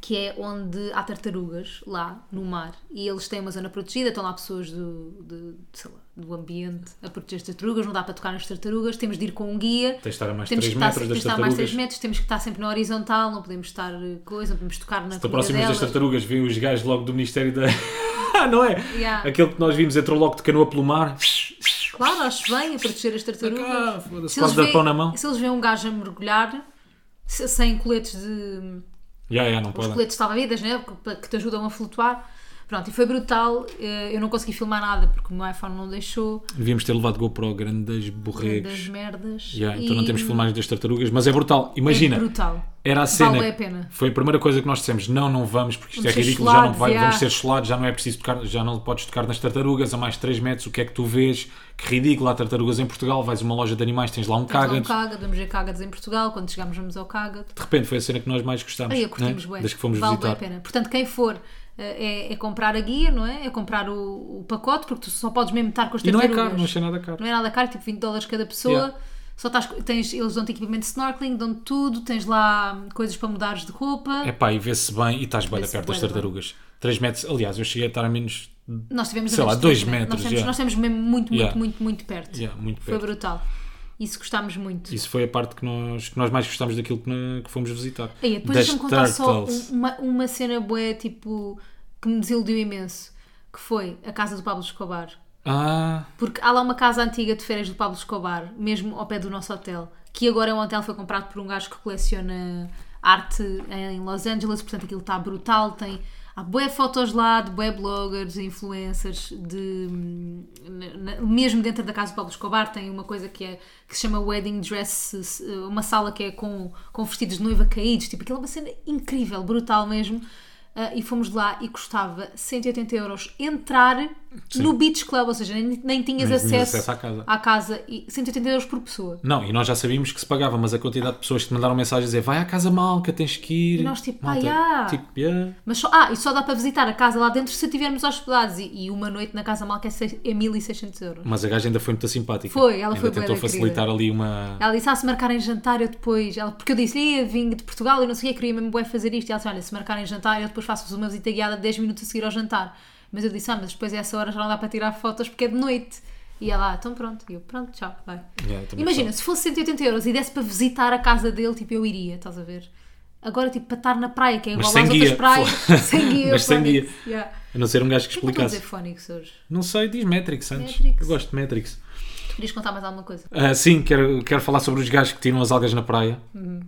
B: que é onde há tartarugas lá no mar e eles têm uma zona protegida, estão lá pessoas do, de- sei lá, do ambiente a proteger as tartarugas, não dá para tocar nas tartarugas, temos de ir com um guia.
A: Tens de estar a mais
B: Temos
A: 3
B: que estar,
A: metros
B: temos
A: das
B: de estar mais 3
A: tartarugas.
B: metros, temos que estar sempre na horizontal, não podemos estar eh, coisa, não podemos tocar na
A: Estão
B: comida
A: próximos das
B: delas.
A: tartarugas, vêem os gajos logo do Ministério da. ah, não é?
B: Yeah.
A: Aquele que nós vimos entrou logo de canoa pelo mar.
B: Claro, acho bem a proteger as tartarugas.
A: Ah, foda-se,
B: se,
A: quase
B: eles
A: dá pão na
B: veem,
A: mão.
B: se eles veem um gajo a mergulhar se- sem coletes de
A: Já, já, não
B: os
A: podem.
B: coletes salva-vidas, né? que- que te ajudam a flutuar. Pronto, e foi brutal. eh, Eu não consegui filmar nada porque o meu iPhone não deixou.
A: Devíamos ter levado GoPro, grandes
B: Das
A: borregos.
B: merdas.
A: Já, então
B: E
A: não temos filmagens das tartarugas, mas é brutal. Imagina,
B: É brutal.
A: era a cena.
B: Vale a pena.
A: Foi a primeira coisa que nós dissemos: não, não vamos, porque isto
B: Vamos
A: é
B: ser
A: ridículo, já não
B: cholados,
A: vai,
B: já.
A: vamos ser solados, já não é preciso tocar, já não podes tocar nas tartarugas a mais 3 metros. O que é que tu vês? Que ridículo, há tartarugas em Portugal. Vais a uma loja de animais, tens lá um
B: Vamos lá
A: caga.
B: ao Cágado, vamos ver Cágados em Portugal. Quando chegarmos, vamos ao Cágado.
A: De repente foi a cena que nós mais gostámos.
B: Aí a curtimos
A: né?
B: bué.
A: Das que fomos
B: vale bué
A: visitar.
B: a pena. Portanto, quem for eh, é, é comprar a guia, não é? É comprar o, o pacote, porque tu só podes mesmo estar com as
A: E não é
B: tartarugas.
A: caro, não achei nada caro.
B: Não é nada caro, tipo 20 dólares cada pessoa.
A: Yeah.
B: Só estás, tens, eles dão-te equipamento de snorkeling, dão-te tudo, tens lá hum, coisas para mudares de roupa.
A: É pá, e vê-se bem e estás bem
B: Vê-se
A: perto das
B: bué da bem.
A: tartarugas. 3 metros, aliás, eu cheguei a estar a menos.
B: Nós tivemos a
A: Sei lá,
B: menos de
A: dois
B: três
A: metros,
B: Nós temos,
A: yeah.
B: nós temos mesmo muito, muito,
A: Yeah.
B: muito, muito perto.
A: Yeah, muito
B: Foi
A: perto.
B: brutal. Isso gostámos muito.
A: Isso foi a parte que nós, que nós mais gostámos daquilo que, no- que fomos visitar.
B: Aí, depois
A: Das
B: deixa-me contar só um-
A: turtles.
B: uma, uma cena boa tipo, que me desiludiu imenso, que foi a casa do Pablo Escobar.
A: Ah,
B: Porque há lá uma casa antiga de férias do Pablo Escobar, mesmo ao pé do nosso hotel, que agora é um hotel que foi comprado por um gajo que coleciona arte em Los Angeles, portanto aquilo está brutal, tem há bué fotos lá de bué bloggers, influencers, de hum, na- na- mesmo dentro da casa do Pablo Escobar tem uma coisa que é que se chama wedding dress, uma sala que é com, com vestidos de noiva caídos, tipo aquilo é uma cena incrível, brutal mesmo. Ah, e fomos lá e custava 180 euros entrar no Beach Club, ou seja, nem, nem tinhas
A: Nem tinhas
B: acesso,
A: acesso à casa.
B: casa e 180 euros por pessoa.
A: não, e nós já sabíamos que se pagava, mas a quantidade de pessoas que te mandaram mensagens a dizer vai à casa malca, tens que ir.
B: E nós, tipo,
A: Malta,
B: "Ah, yeah."
A: tipo, yeah.
B: Mas só, ah, e só dá para visitar a casa lá dentro se tivermos hospedados. E, e uma noite na casa mal que é, seis- é 1600 euros.
A: Mas a gaja ainda foi muito simpática.
B: Foi, ela
A: ainda
B: foi bué
A: tentou
B: da
A: facilitar ali uma.
B: Ela disse, ah, se marcarem jantar eu depois... Ela, porque eu disse, "Ih, vim de Portugal, eu não sei o que, queria mesmo bué fazer isto. E ela disse, olha, se marcarem jantar eu depois faço-vos uma visita guiada de 10 minutos a seguir ao jantar. Mas eu disse, ah, mas depois a essa hora já não dá para tirar fotos porque é de noite. E ela, ah, então pronto. E eu, pronto, tchau, vai.
A: Yeah, também
B: Imagina, se fosse 180 euros e desse para visitar a casa dele, tipo, eu iria, estás a ver? Agora, tipo, para estar na praia, que é igual
A: Mas
B: às
A: sem
B: outras
A: guia.
B: praias, sem guia.
A: Mas sem
B: fónix,
A: guia.
B: yeah.
A: A não ser um gajo que
B: Como é que eu estou a dizer
A: explicasse.
B: fónix hoje?
A: Não sei, diz Matrix antes.
B: Matrix.
A: Eu gosto de Matrix.
B: Tu querias contar mais alguma coisa?
A: Ah, sim, quero, quero falar sobre os gajos que tiram as algas na praia.
B: Uhum.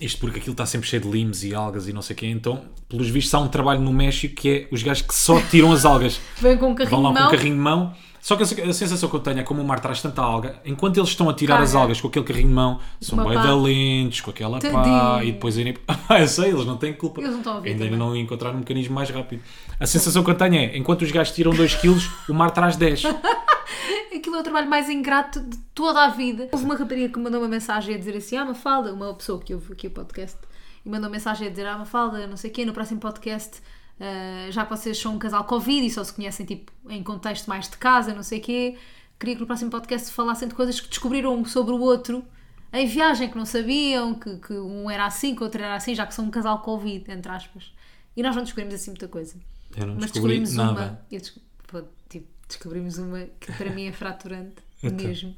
A: Isto porque aquilo está sempre cheio de limos e algas e não sei o quê. Então, pelos vistos, há um trabalho no México que é os gajos que só tiram as algas.
B: Vem com um carrinho
A: Vão lá
B: de
A: com
B: mão.
A: o carrinho de mão. Só que a a sensação que eu tenho é como o mar traz tanta alga, enquanto eles estão a tirar
B: Cara.
A: as algas com aquele carrinho de mão, são
B: Uma
A: bem
B: pá.
A: dalentes, com aquela pá,
B: Tadinho.
A: e depois irem. Ah, eu sei, eles não têm culpa.
B: Eles não estão a ouvir
A: Ainda
B: também.
A: não encontraram um mecanismo mais rápido. A sensação que eu tenho é, enquanto os gajos tiram 2 kg, o mar traz 10.
B: Aquilo é o trabalho mais ingrato de toda a vida. Houve uma rapariga que me mandou uma mensagem a dizer assim: Ah, Mafalda, uma pessoa que ouve aqui o podcast, e mandou uma mensagem a dizer: Ah, Mafalda, não sei o quê, no próximo podcast, ah, já que vocês são um casal Covid e só se conhecem tipo em contexto mais de casa, não sei o quê, queria que no próximo podcast falassem de coisas que descobriram um sobre o outro em viagem, que não sabiam, que, que um era assim, que o outro era assim, já que são um casal Covid, entre aspas. E nós não descobrimos assim muita coisa.
A: Eu não
B: Mas
A: descobri
B: descobrimos
A: nada.
B: uma. eu desco- pô, tipo, descobrimos uma que para mim é fraturante
A: Então.
B: mesmo.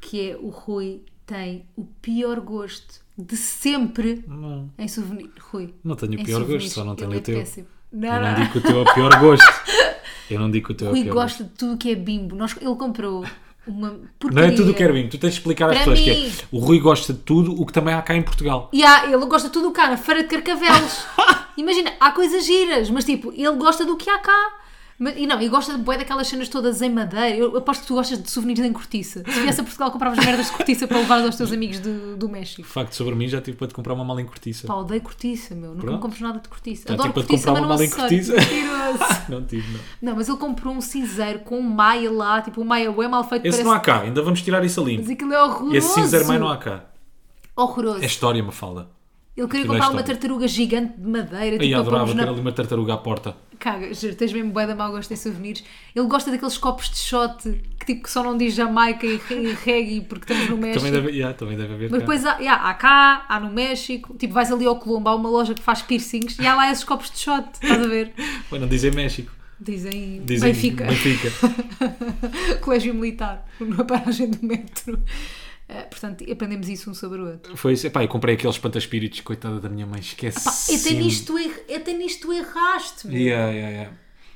B: Que é o Rui tem o pior gosto de sempre
A: Não.
B: em souvenir. Rui.
A: Não tenho o
B: em
A: pior gosto,
B: souvenirs.
A: só não
B: Ele
A: tenho
B: é
A: o teu.
B: péssimo. Não,
A: Eu
B: não.
A: não digo que o teu é o pior gosto. Eu não digo que o teu é o
B: Rui
A: pior gosto.
B: gosta de tudo que é bimbo. Nós, ele comprou uma
A: Não
B: porcaria.
A: é tudo o que era bimbo. Tu tens de explicar às
B: Para
A: pessoas
B: mim.
A: que é. O Rui gosta de tudo, o que também há cá em Portugal.
B: E há, ele gosta de tudo cá, na feira de carcavelos. Imagina, há coisas giras, mas tipo, ele gosta do que há cá. Mas- e não, e gosta de bué daquelas cenas todas em madeira. Eu aposto que tu gostas de souvenirs em cortiça. Se viesse a Portugal, compravas merdas de cortiça para levar aos teus amigos do, do México.
A: De facto, sobre mim já tive para te comprar uma mala em cortiça.
B: Pá, odeio cortiça, meu. Nunca
A: Pronto. Tá, tipo,
B: me compras nada de cortiça.
A: Já tive
B: Adoro
A: para te
B: cortiça,
A: comprar uma
B: mas não
A: mala em
B: acessório.
A: cortiça.
B: Mentiroso.
A: Não tive, não.
B: não, mas ele comprou um cinzeiro com um maia lá, tipo um maia bué mal feito.
A: Esse
B: parece...
A: não há cá, ainda vamos tirar isso a
B: Mas
A: limpo.
B: aquilo é horroroso.
A: Esse cinzeiro mais não há cá.
B: Horroroso.
A: É história, me fala.
B: Ele queria
A: aquilo é
B: comprar uma
A: história.
B: tartaruga gigante de madeira,
A: Aí
B: tipo, para
A: adorava
B: pôrmos
A: ter
B: na
A: ali uma tartaruga à porta.
B: Caga, juro, tens mesmo bué da mau gosto em souvenirs. Ele gosta daqueles copos de shot que tipo que só não diz Jamaica e, e reggae porque estamos no México.
A: Também deve, yeah, também deve haver
B: É Mas
A: cá.
B: depois há, yeah, há cá, há no México, tipo vais ali ao Colombo, há uma loja que faz piercings e há lá esses copos de shot, estás a ver?
A: Bem, não dizem México.
B: Dizem,
A: Dizem
B: Benfica,
A: Benfica.
B: Colégio Militar, numa paragem do metro. Eh, portanto, aprendemos isso um sobre o outro.
A: Foi isso. Epá, eu comprei aqueles pantaspíritos, coitada da minha mãe, esquece.
B: Pá, até nisto, tu erra- até nisto tu erraste, meu.
A: Yeah, yeah, yeah.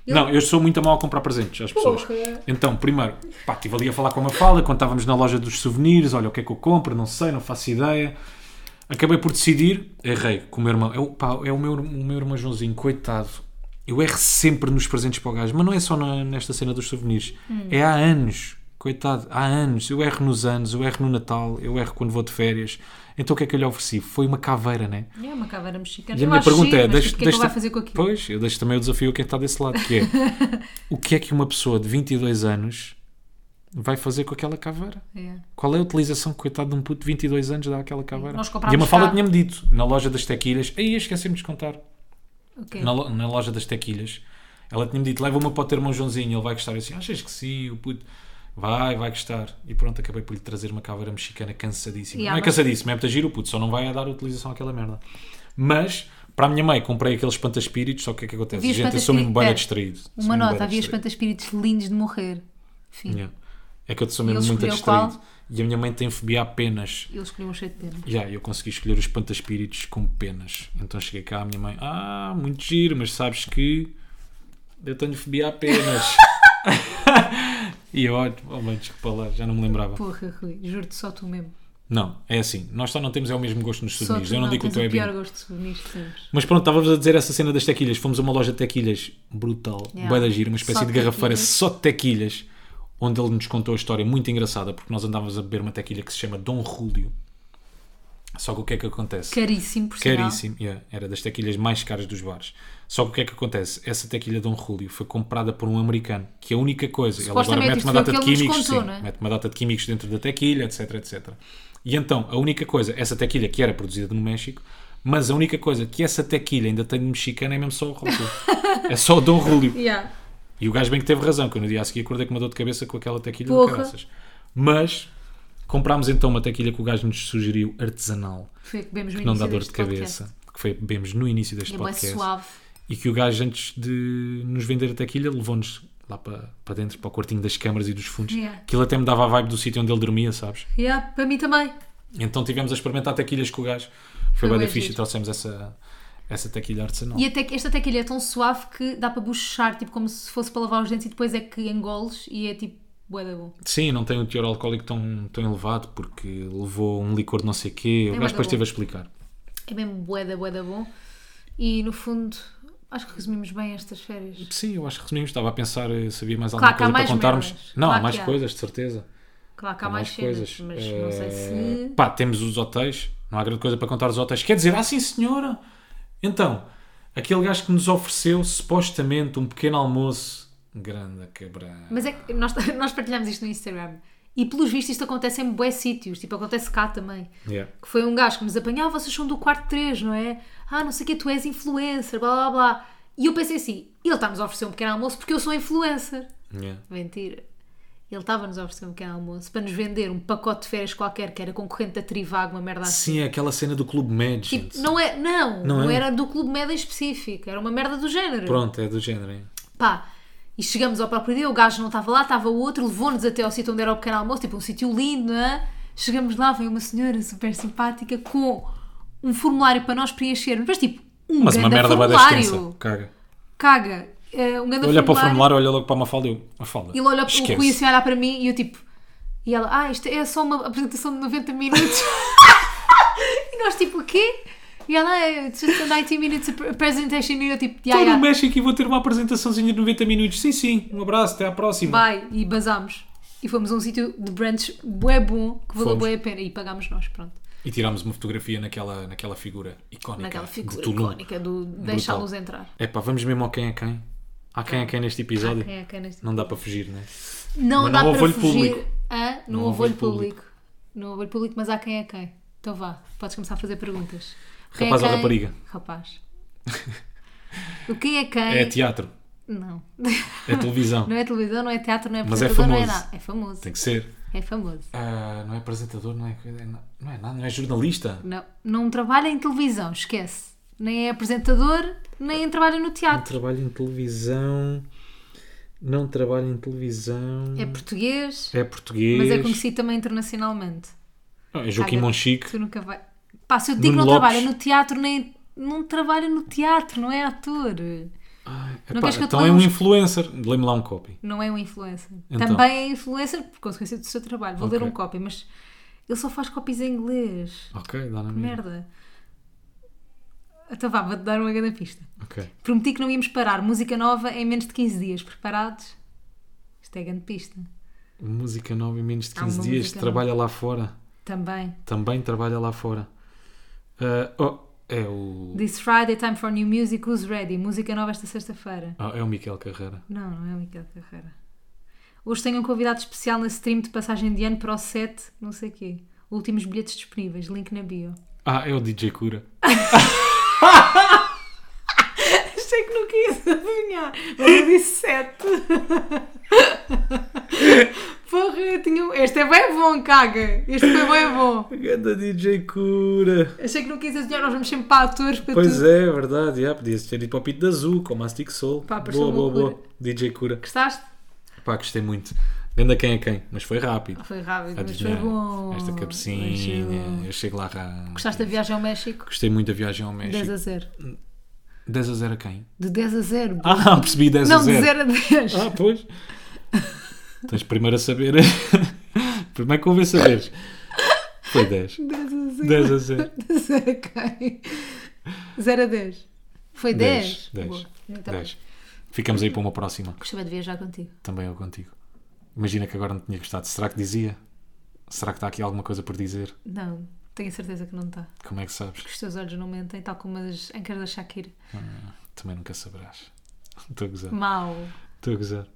A: Não, eu sou muito mal a comprar presentes às pessoas.
B: Porra.
A: Então, primeiro, pá, estive ali a falar com a Mafalda quando estávamos na loja dos souvenirs. Olha, o que é que eu compro? Não sei, não faço ideia. Acabei por decidir, errei, com o meu irmão. É o, pá, é o meu, o meu irmão Joãozinho, coitado. Eu erro sempre nos presentes para o gajo, mas não é só na- nesta cena dos souvenirs. É há anos, coitado, há anos. Eu erro nos anos, eu erro no Natal, eu erro quando vou de férias. Então o que é que eu lhe ofereci? Foi uma caveira, né?
B: É uma caveira mexicana.
A: E a
B: Eu
A: minha
B: acho
A: pergunta
B: giro,
A: é:
B: mas
A: deixa,
B: tipo, o que é que
A: deixa-
B: ele vai fazer com aquilo?
A: Pois, eu deixo também o desafio a quem está desse lado, que é o que é que uma pessoa de 22 anos vai fazer com aquela caveira?
B: É.
A: Qual é a utilização que coitado de um puto de 22 anos dá àquela caveira?
B: Nós
A: e uma
B: comprámos
A: fala
B: cá.
A: tinha-me dito, na loja das tequilhas, aí esquecemos de contar,
B: O quê?
A: na, lo- na loja das tequilhas, ela tinha-me dito, leva uma para o teu irmão Joãozinho, ele vai gostar. Eu assim, achas que sim, o puto... Vai, vai gostar. E pronto, acabei por lhe trazer uma caveira mexicana cansadíssima.
B: E há
A: não é
B: uma-
A: cansadíssima, é muito giro, puto, só não vai a dar utilização àquela merda. Mas, para a minha mãe, comprei aqueles espantaspíritos, só que o que é que acontece?
B: Havia
A: Gente, eu sou mesmo
B: espantaspírito-
A: boia
B: pera,
A: distraído. Sou
B: Uma
A: mesmo bué
B: nota, havia
A: distraído.
B: espanta-espíritos lindos de morrer. Fim.
A: Yeah. É que eu sou
B: E
A: mesmo
B: ele
A: muito
B: escolheu qual?
A: distraído. E a minha mãe tem fobia a penas.
B: Ele escolheu um cheio de pena.
A: Já, eu consegui escolher os pantaspíritos com penas. Então cheguei cá à minha mãe, ah, muito giro, mas sabes que eu tenho fobia a penas. e eu, olha, oh, mãe, desculpa lá, já não me lembrava.
B: Porra, Rui, juro-te só tu mesmo.
A: Não, é assim, nós só não temos é o mesmo gosto nos
B: Só
A: souvenirs.
B: tu
A: Eu não digo que o
B: tens
A: teu é
B: o pior
A: bem.
B: gosto de souvenirs que temos.
A: Mas pronto, estávamos a dizer essa cena das tequilhas. Fomos a uma loja de tequilhas brutal,
B: Yeah.
A: bué da gira, uma espécie
B: Só
A: de garrafeira
B: tequilhas.
A: só de tequilhas, onde ele nos contou a história muito engraçada, porque nós andávamos a beber uma tequilha que se chama Dom Rúlio. Só que o que é que acontece?
B: Caríssimo, por sinal.
A: Caríssimo, yeah. era das tequilhas mais caras dos bares. Só que o que é que acontece? Essa tequilha Dom Rúlio foi comprada por um americano, que é a única coisa. Ele agora
B: Supostamente,
A: mete
B: isto
A: uma
B: foi o
A: data de
B: que ele nos
A: químicos,
B: contou,
A: sim,
B: não é?
A: mete uma data de químicos dentro da tequilha, etc, etc. E então, a única coisa, essa tequilha que era produzida no México, mas a única coisa que essa tequilha ainda tem de mexicana é mesmo só o Rúlio. é só o Dom Rúlio.
B: Yeah.
A: E o gajo bem que teve razão, que eu no dia a seguir acordei com uma dor de cabeça com aquela tequilha do
B: Porra.
A: caraças. Mas comprámos então uma tequilha que o gajo nos sugeriu artesanal
B: Foi a que bebemos no
A: que não dá
B: início
A: dor de
B: deste é podcast.
A: cabeça, que foi bebemos no início deste
B: E é bué
A: podcast,
B: suave.
A: e que o gajo, antes de nos vender a tequilha, levou-nos lá para, para dentro, para o quartinho das câmaras e dos fundos.
B: Yeah.
A: Aquilo até me dava a vibe do sítio onde ele dormia, sabes?
B: Yeah, para mim também.
A: Então tivemos a experimentar tequilhas com o gajo. Foi
B: Foi
A: bem da
B: bué
A: ficha e
B: giro.
A: trouxemos essa, essa tequilha artesanal.
B: E até, que- esta tequilha é tão suave que dá para buchar, tipo como se fosse para lavar os dentes e depois é que engoles e é tipo, bué da bom.
A: Sim, não tem um teor alcoólico tão, tão elevado, porque levou um licor de não sei quê. O gajo
B: É bué da
A: depois
B: bom.
A: esteve a explicar.
B: É mesmo bué da, bué da bom. E no fundo, acho que resumimos bem estas férias.
A: Sim, eu acho que resumimos. Estava a pensar, eh, sabia mais alguma
B: Claro que há
A: coisa para
B: mais
A: contarmos.
B: merdas.
A: Não, há
B: Claro
A: mais
B: que há.
A: coisas, de certeza.
B: Claro que há,
A: Há
B: mais, cenas, mas não sei
A: Eh,
B: se...
A: Pá, temos os hotéis. Não há grande coisa para contar os hotéis. Quer dizer, ah, sim, senhora. Então, aquele gajo que nos ofereceu supostamente um pequeno almoço. Grande cabrão.
B: Mas é que nós, nós partilhamos isto no Instagram. E pelos vistos isto acontece em bué sítios, tipo acontece cá também.
A: Yeah.
B: Que foi um gajo que nos apanhou, ah, vocês são do quarto 3, não é? Ah, não sei o que, tu és influencer, blá blá blá. E eu pensei assim, ele está-nos a oferecer um pequeno almoço porque eu sou influencer.
A: Yeah.
B: Mentira. Ele estava-nos a oferecer um pequeno almoço para nos vender um pacote de férias qualquer que era concorrente da Trivago, uma merda assim.
A: Sim, é aquela cena do Clube Med, gente.
B: Tipo, não é, não,
A: Não
B: não,
A: é?
B: era do Clube Med em específico, era uma merda do género.
A: Pronto, é do género. hein?
B: Pá, e chegamos ao próprio dia, o gajo não estava lá, estava o outro, levou-nos até ao sítio onde era o pequeno almoço, tipo um sítio lindo, não é? Chegamos lá, veio uma senhora super simpática com um formulário para nós preenchermos, mas tipo, um
A: Mas uma
B: ganda
A: merda vai da extensa.
B: formulário.
A: Caga.
B: Caga, eh, um ganda
A: Olha para o
B: formulário.
A: formulário, olha logo para a Mafalda. Eu, Mafalda.
B: Ele olha
A: esquece.
B: o Rui assim a olhar para mim e eu tipo. E ela, ah, isto é só uma apresentação de 90 minutos. e nós tipo, o quê? E ela, "Ah, it's just a 90 minutes presentation. E eu tipo, yeah,
A: Estou no
B: yeah,
A: México e vou ter uma apresentaçãozinha de 90 minutos. Sim, sim. Um abraço, até à próxima.
B: bye. E basámos. E fomos a um sítio de brunch bué bom, que valeu
A: Fomos.
B: bué a pena. E pagámos nós, pronto. é
A: E tirámos uma fotografia naquela, naquela figura icónica.
B: Naquela
A: de
B: figura
A: Tulum.
B: icónica do deixá-los entrar.
A: É pá, vamos mesmo ao quem é quem. Há quem é quem neste episódio.
B: Quem é que é neste-
A: Não dá para fugir, né?
B: Não
A: Mas
B: dá
A: não houve
B: para
A: olho
B: fugir
A: público.
B: a... Não
A: Não houve
B: houve olho
A: olho público.
B: público. Não houve olho público, mas há quem é quem. Então vá, podes começar a fazer perguntas. Quem é
A: Rapaz ou
B: quem?
A: rapariga?
B: Rapaz. O quem é quem?
A: É teatro,
B: Não.
A: é televisão.
B: Não é televisão, não é teatro, não é
A: Mas é
B: apresentador, não é
A: famoso.
B: nada. É famoso.
A: Tem que ser.
B: É famoso.
A: Ah, não é apresentador, não é, coisa- não é nada, não é jornalista.
B: Tipo, Não, não trabalha em televisão, esquece. Nem é apresentador, nem trabalha no teatro.
A: trabalho em televisão. Não trabalho em televisão.
B: É português,
A: É português.
B: mas é conhecido também internacionalmente.
A: Não, é Joaquim
B: Caga.
A: Monchique.
B: Tu nunca vai. Pá, se eu te digo que
A: Nuno
B: não
A: Lopes.
B: trabalha no teatro, nem. Não trabalha no teatro, não é ator.
A: Epá,
B: queres que eu te
A: então
B: ponha
A: é um
B: uns-
A: influencer. Lê-me lá um copy.
B: Não é um influencer.
A: Então.
B: Também é influencer por consequência do seu trabalho. Vou
A: Ok.
B: ler um copy, mas Ele só faz copies em inglês.
A: Ok, dá na
B: Que
A: minha.
B: merda. Então vá, vou-te dar uma grande pista.
A: Ok.
B: Prometi que não íamos parar. Música nova em menos de 15 dias. Preparados? Isto é grande pista.
A: Música nova em menos de
B: Há
A: 15
B: uma
A: dias.
B: música
A: Trabalha lá fora.
B: Também.
A: Também trabalha lá fora. Ah, oh, é o.
B: This Friday, time for new music. Who's ready? Música nova esta sexta-feira.
A: Ah, é o Miquel Carreira.
B: Não, não é o Miguel Carreira. Hoje tenho um convidado especial na stream de passagem de ano para o 7, não sei quê. Últimos bilhetes disponíveis, link na bio.
A: Ah, é o DJ Cura.
B: Achei que nunca ia adivinhar, mas eu disse 7. Porra, eu tinha... um- este é bem bom, caga. Este foi bem bom.
A: Ganda DJ Cura.
B: Achei que não quis adivinhar, nós vamos sempre para atores, para
A: Pois
B: tudo.
A: é, verdade. Yeah, podia ter ido para o Pito da Azul, com o Mastic Soul.
B: Pá, pareceu
A: boa, boa,
B: loucura.
A: boa. DJ Cura.
B: Gostaste?
A: Pá, gostei muito. Ganda quem é quem, mas foi rápido.
B: Foi rápido, mas foi
A: Adivinhar
B: bom.
A: Esta
B: Mas eu-
A: cabecinha. Eu chego lá rápido.
B: Gostaste da viagem ao México?
A: Gostei muito da viagem ao
B: 10
A: México.
B: a 0.
A: 10 a 0 a quem?
B: De 10 a 0.
A: Ah, percebi 10 a
B: não,
A: 0.
B: de 0 a 10.
A: Ah, pois. Tens primeiro a saber. primeiro convém saberes. Foi 10.
B: 10 a 0.
A: 10 a 0.
B: 0 a quem? 0 a 10. Foi 10?
A: 10.
B: Boa, muito bem.
A: 10. Ficamos aí para uma próxima.
B: Gostava de viajar contigo.
A: Também eu contigo. Imagina que agora não tinha gostado. Será que dizia? Será que está aqui alguma coisa por dizer?
B: Não, tenho certeza que não está.
A: Como é que sabes?
B: Os teus olhos não mentem, tal como as ancas da Shakira.
A: Também nunca saberás. Estou a gozar.
B: Mau.
A: Estou a gozar.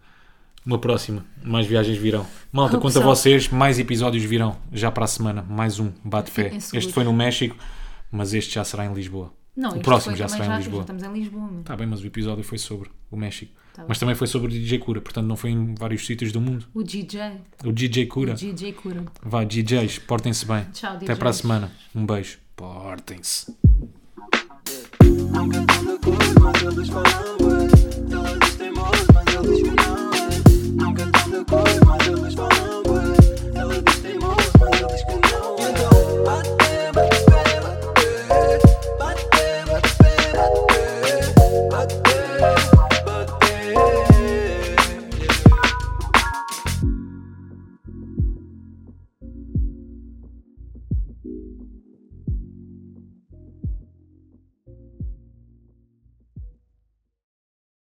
A: Uma próxima. Mais viagens virão. Malta,
B: Oh,
A: conta
B: pessoal.
A: vocês. Mais episódios virão. Já para a semana. Mais um. Bate fé.
B: Fiquem seguros.
A: Este foi no México, mas este já será em Lisboa.
B: Não,
A: o
B: isto
A: próximo
B: foi
A: já
B: também
A: será em
B: já
A: Lisboa.
B: estamos em Lisboa, mano.
A: Está bem, mas o episódio foi sobre o México.
B: Tá
A: mas também foi sobre o DJ Cura. Portanto, não foi em vários sítios do mundo.
B: O DJ.
A: O DJ Cura.
B: O DJ cura.
A: Vá, DJs. Portem-se bem.
B: Tchau,
A: Até para a
B: DJs.
A: semana. Um beijo. Portem-se.
C: Nunca